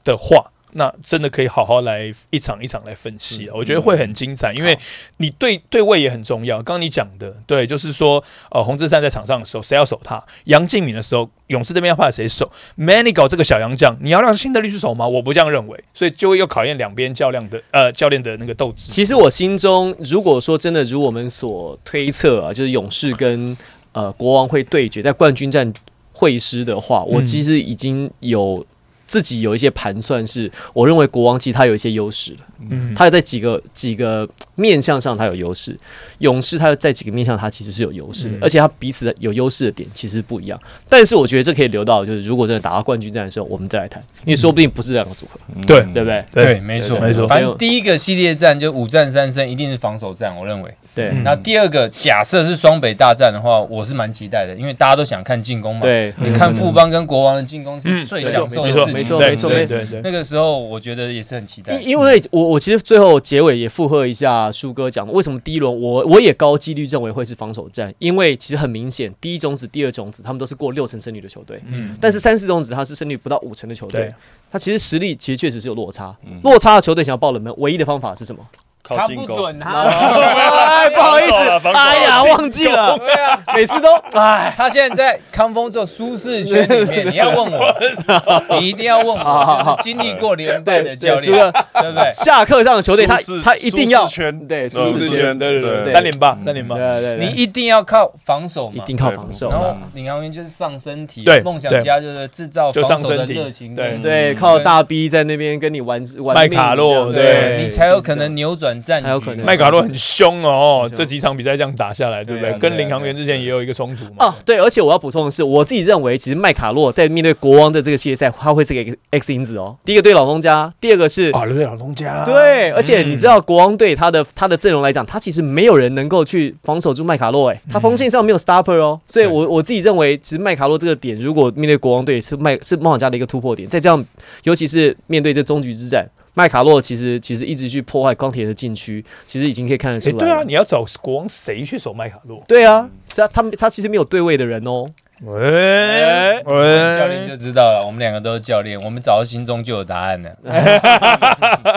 [SPEAKER 2] 的话，那真的可以好好来一场一场来分析
[SPEAKER 1] 嗯
[SPEAKER 2] 啊，我觉得会很精彩，因为你对对位也很重要。刚刚你讲的，对，就是说，呃，洪志善在场上的时候，谁要守他？杨敬敏的时候，勇士这边要派谁守？Many 搞这个小洋将，你要让辛德利去守吗？我不这样认为，所以就会要考验两边较量的呃教练的那个斗志。
[SPEAKER 1] 其实我心中，如果说真的如我们所推测啊，就是勇士跟呃国王会对决，在冠军战会师的话，我
[SPEAKER 2] 嗯
[SPEAKER 1] 其实已经有自己有一些盘算是，我认为国王其实他有一些优势了，
[SPEAKER 2] 嗯，
[SPEAKER 1] 他在几个几个面向上他有优势，勇士他在几个面向他其实是有优势的
[SPEAKER 2] 嗯，
[SPEAKER 1] 而且他彼此的有优势的点其实不一样。但是我觉得这可以留到就是如果真的打到冠军战的时候，我们再来谈，因为说不定不是这两个组合，
[SPEAKER 2] 对
[SPEAKER 4] 嗯
[SPEAKER 1] 对不对？
[SPEAKER 3] 对，没错，
[SPEAKER 1] 对
[SPEAKER 2] 没错
[SPEAKER 3] 反正第一个系列战就五战三胜，一定是防守战，我认为。
[SPEAKER 1] 对、
[SPEAKER 2] 嗯
[SPEAKER 3] 那第二个，假设是双北大战的话，我是蛮期待的，因为大家都想看进攻嘛。，
[SPEAKER 1] 对，
[SPEAKER 3] 你看富邦跟国王的进攻是最享受的事情。
[SPEAKER 1] 嗯没错
[SPEAKER 2] 对
[SPEAKER 1] 没错
[SPEAKER 2] 对
[SPEAKER 1] 没
[SPEAKER 2] 对对，
[SPEAKER 3] 那个时候我觉得也是很期待。
[SPEAKER 1] 因因为我我其实最后结尾也附和一下舒哥讲的，为什么第一轮我我也高几率认为会是防守战，因为其实很明显，第一种子、第二种子他们都是过六成胜率的球队，
[SPEAKER 3] 嗯，
[SPEAKER 1] 但是三四种子他是胜率不到五成的球队
[SPEAKER 2] 对，
[SPEAKER 1] 他其实实力其实确实是有落差，落差的球队想要爆冷门，唯一的方法是什么？
[SPEAKER 4] 靠
[SPEAKER 3] 他
[SPEAKER 4] 近
[SPEAKER 3] 不
[SPEAKER 4] 攻，
[SPEAKER 3] 准啊！
[SPEAKER 1] 哎，不好意思
[SPEAKER 4] 防守啊防，守啊
[SPEAKER 1] 哎呀，忘记了，
[SPEAKER 3] 对啊，
[SPEAKER 1] 每次都哎，
[SPEAKER 3] 他现在在康峰做舒适圈里面，你要问我，你一定要问
[SPEAKER 1] 好好
[SPEAKER 3] 我，
[SPEAKER 1] 好
[SPEAKER 3] 就是经历过连败
[SPEAKER 1] 对
[SPEAKER 3] 的教
[SPEAKER 1] 对，
[SPEAKER 3] 练，
[SPEAKER 1] 除
[SPEAKER 3] 对
[SPEAKER 1] 了
[SPEAKER 3] 不对？
[SPEAKER 1] 下课上的球队，他
[SPEAKER 4] 舒适
[SPEAKER 1] 他一定要
[SPEAKER 4] 舒适圈
[SPEAKER 1] 对
[SPEAKER 4] 舒
[SPEAKER 1] 舒
[SPEAKER 4] 适
[SPEAKER 1] 适
[SPEAKER 4] 圈
[SPEAKER 1] 圈，
[SPEAKER 2] 对对
[SPEAKER 1] 对
[SPEAKER 2] 三连
[SPEAKER 3] 嗯
[SPEAKER 2] 霸，三连霸
[SPEAKER 1] 对，对，
[SPEAKER 3] 你
[SPEAKER 1] 对
[SPEAKER 3] 一定要靠防守
[SPEAKER 1] 一
[SPEAKER 3] 嘛。
[SPEAKER 1] 定靠防守
[SPEAKER 3] 然
[SPEAKER 1] 嘛，
[SPEAKER 3] 后领航员就是上身体，
[SPEAKER 2] 对
[SPEAKER 3] 梦想家就是制造
[SPEAKER 2] 就
[SPEAKER 3] 防
[SPEAKER 2] 上
[SPEAKER 3] 守的
[SPEAKER 2] 身体
[SPEAKER 3] 热情，
[SPEAKER 2] 对
[SPEAKER 3] 嗯
[SPEAKER 1] 对，靠大 B 在那边跟你玩玩
[SPEAKER 2] 麦
[SPEAKER 1] 命
[SPEAKER 2] 嗯卡洛
[SPEAKER 1] 这样
[SPEAKER 2] 对
[SPEAKER 3] 你才有可能扭转战局，
[SPEAKER 1] 才有可能
[SPEAKER 2] 麦卡洛很凶哦，
[SPEAKER 1] 很凶
[SPEAKER 2] 这几场比赛这样打下来，对不对
[SPEAKER 3] 对啊？对啊
[SPEAKER 2] 跟领航员之前也有一个冲突嘛。
[SPEAKER 1] 哦，对，而且我要补充的是，我自己认为，其实麦卡洛在面对国王的这个系列赛，他会是个 X 因子哦。第一个对老东家，第二个是。
[SPEAKER 2] 啊，哎嗯对老东家，
[SPEAKER 1] 对，而且你知道国王队他的他的阵容来讲，他其实没有人能够去防守住麦卡洛，哎，
[SPEAKER 2] 嗯
[SPEAKER 1] 他锋线上没有 stopper 哦，所以我我自己认为，其实麦卡洛这个点，如果面对国王队是麦是梦想家的一个突破点，再这样，尤其是面对这终局之战，麦卡洛其实其实一直去破坏钢铁的禁区，其实已经可以看得出
[SPEAKER 2] 哎，
[SPEAKER 1] 来了。
[SPEAKER 2] 对啊，你要找国王谁去守麦卡洛？
[SPEAKER 1] 对啊，是啊，他们他其实没有对位的人哦。
[SPEAKER 2] 喂
[SPEAKER 3] 教练就知道了。我们两个都是教练，我们早就心中就有答案了。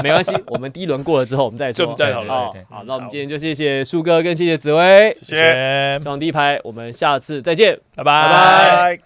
[SPEAKER 1] 没关系，我们第一轮过了之后，我们再
[SPEAKER 2] 这我
[SPEAKER 1] 说。
[SPEAKER 2] 们再哦
[SPEAKER 3] 讨论
[SPEAKER 1] 好
[SPEAKER 3] 哦对对，
[SPEAKER 1] 好，那我们今天就谢谢树哥跟谢谢紫薇，
[SPEAKER 4] 谢谢，
[SPEAKER 1] 上第一排，我们下次再见。
[SPEAKER 2] 拜
[SPEAKER 1] 拜
[SPEAKER 4] 拜
[SPEAKER 2] 拜。
[SPEAKER 3] 哎
[SPEAKER 4] 拜。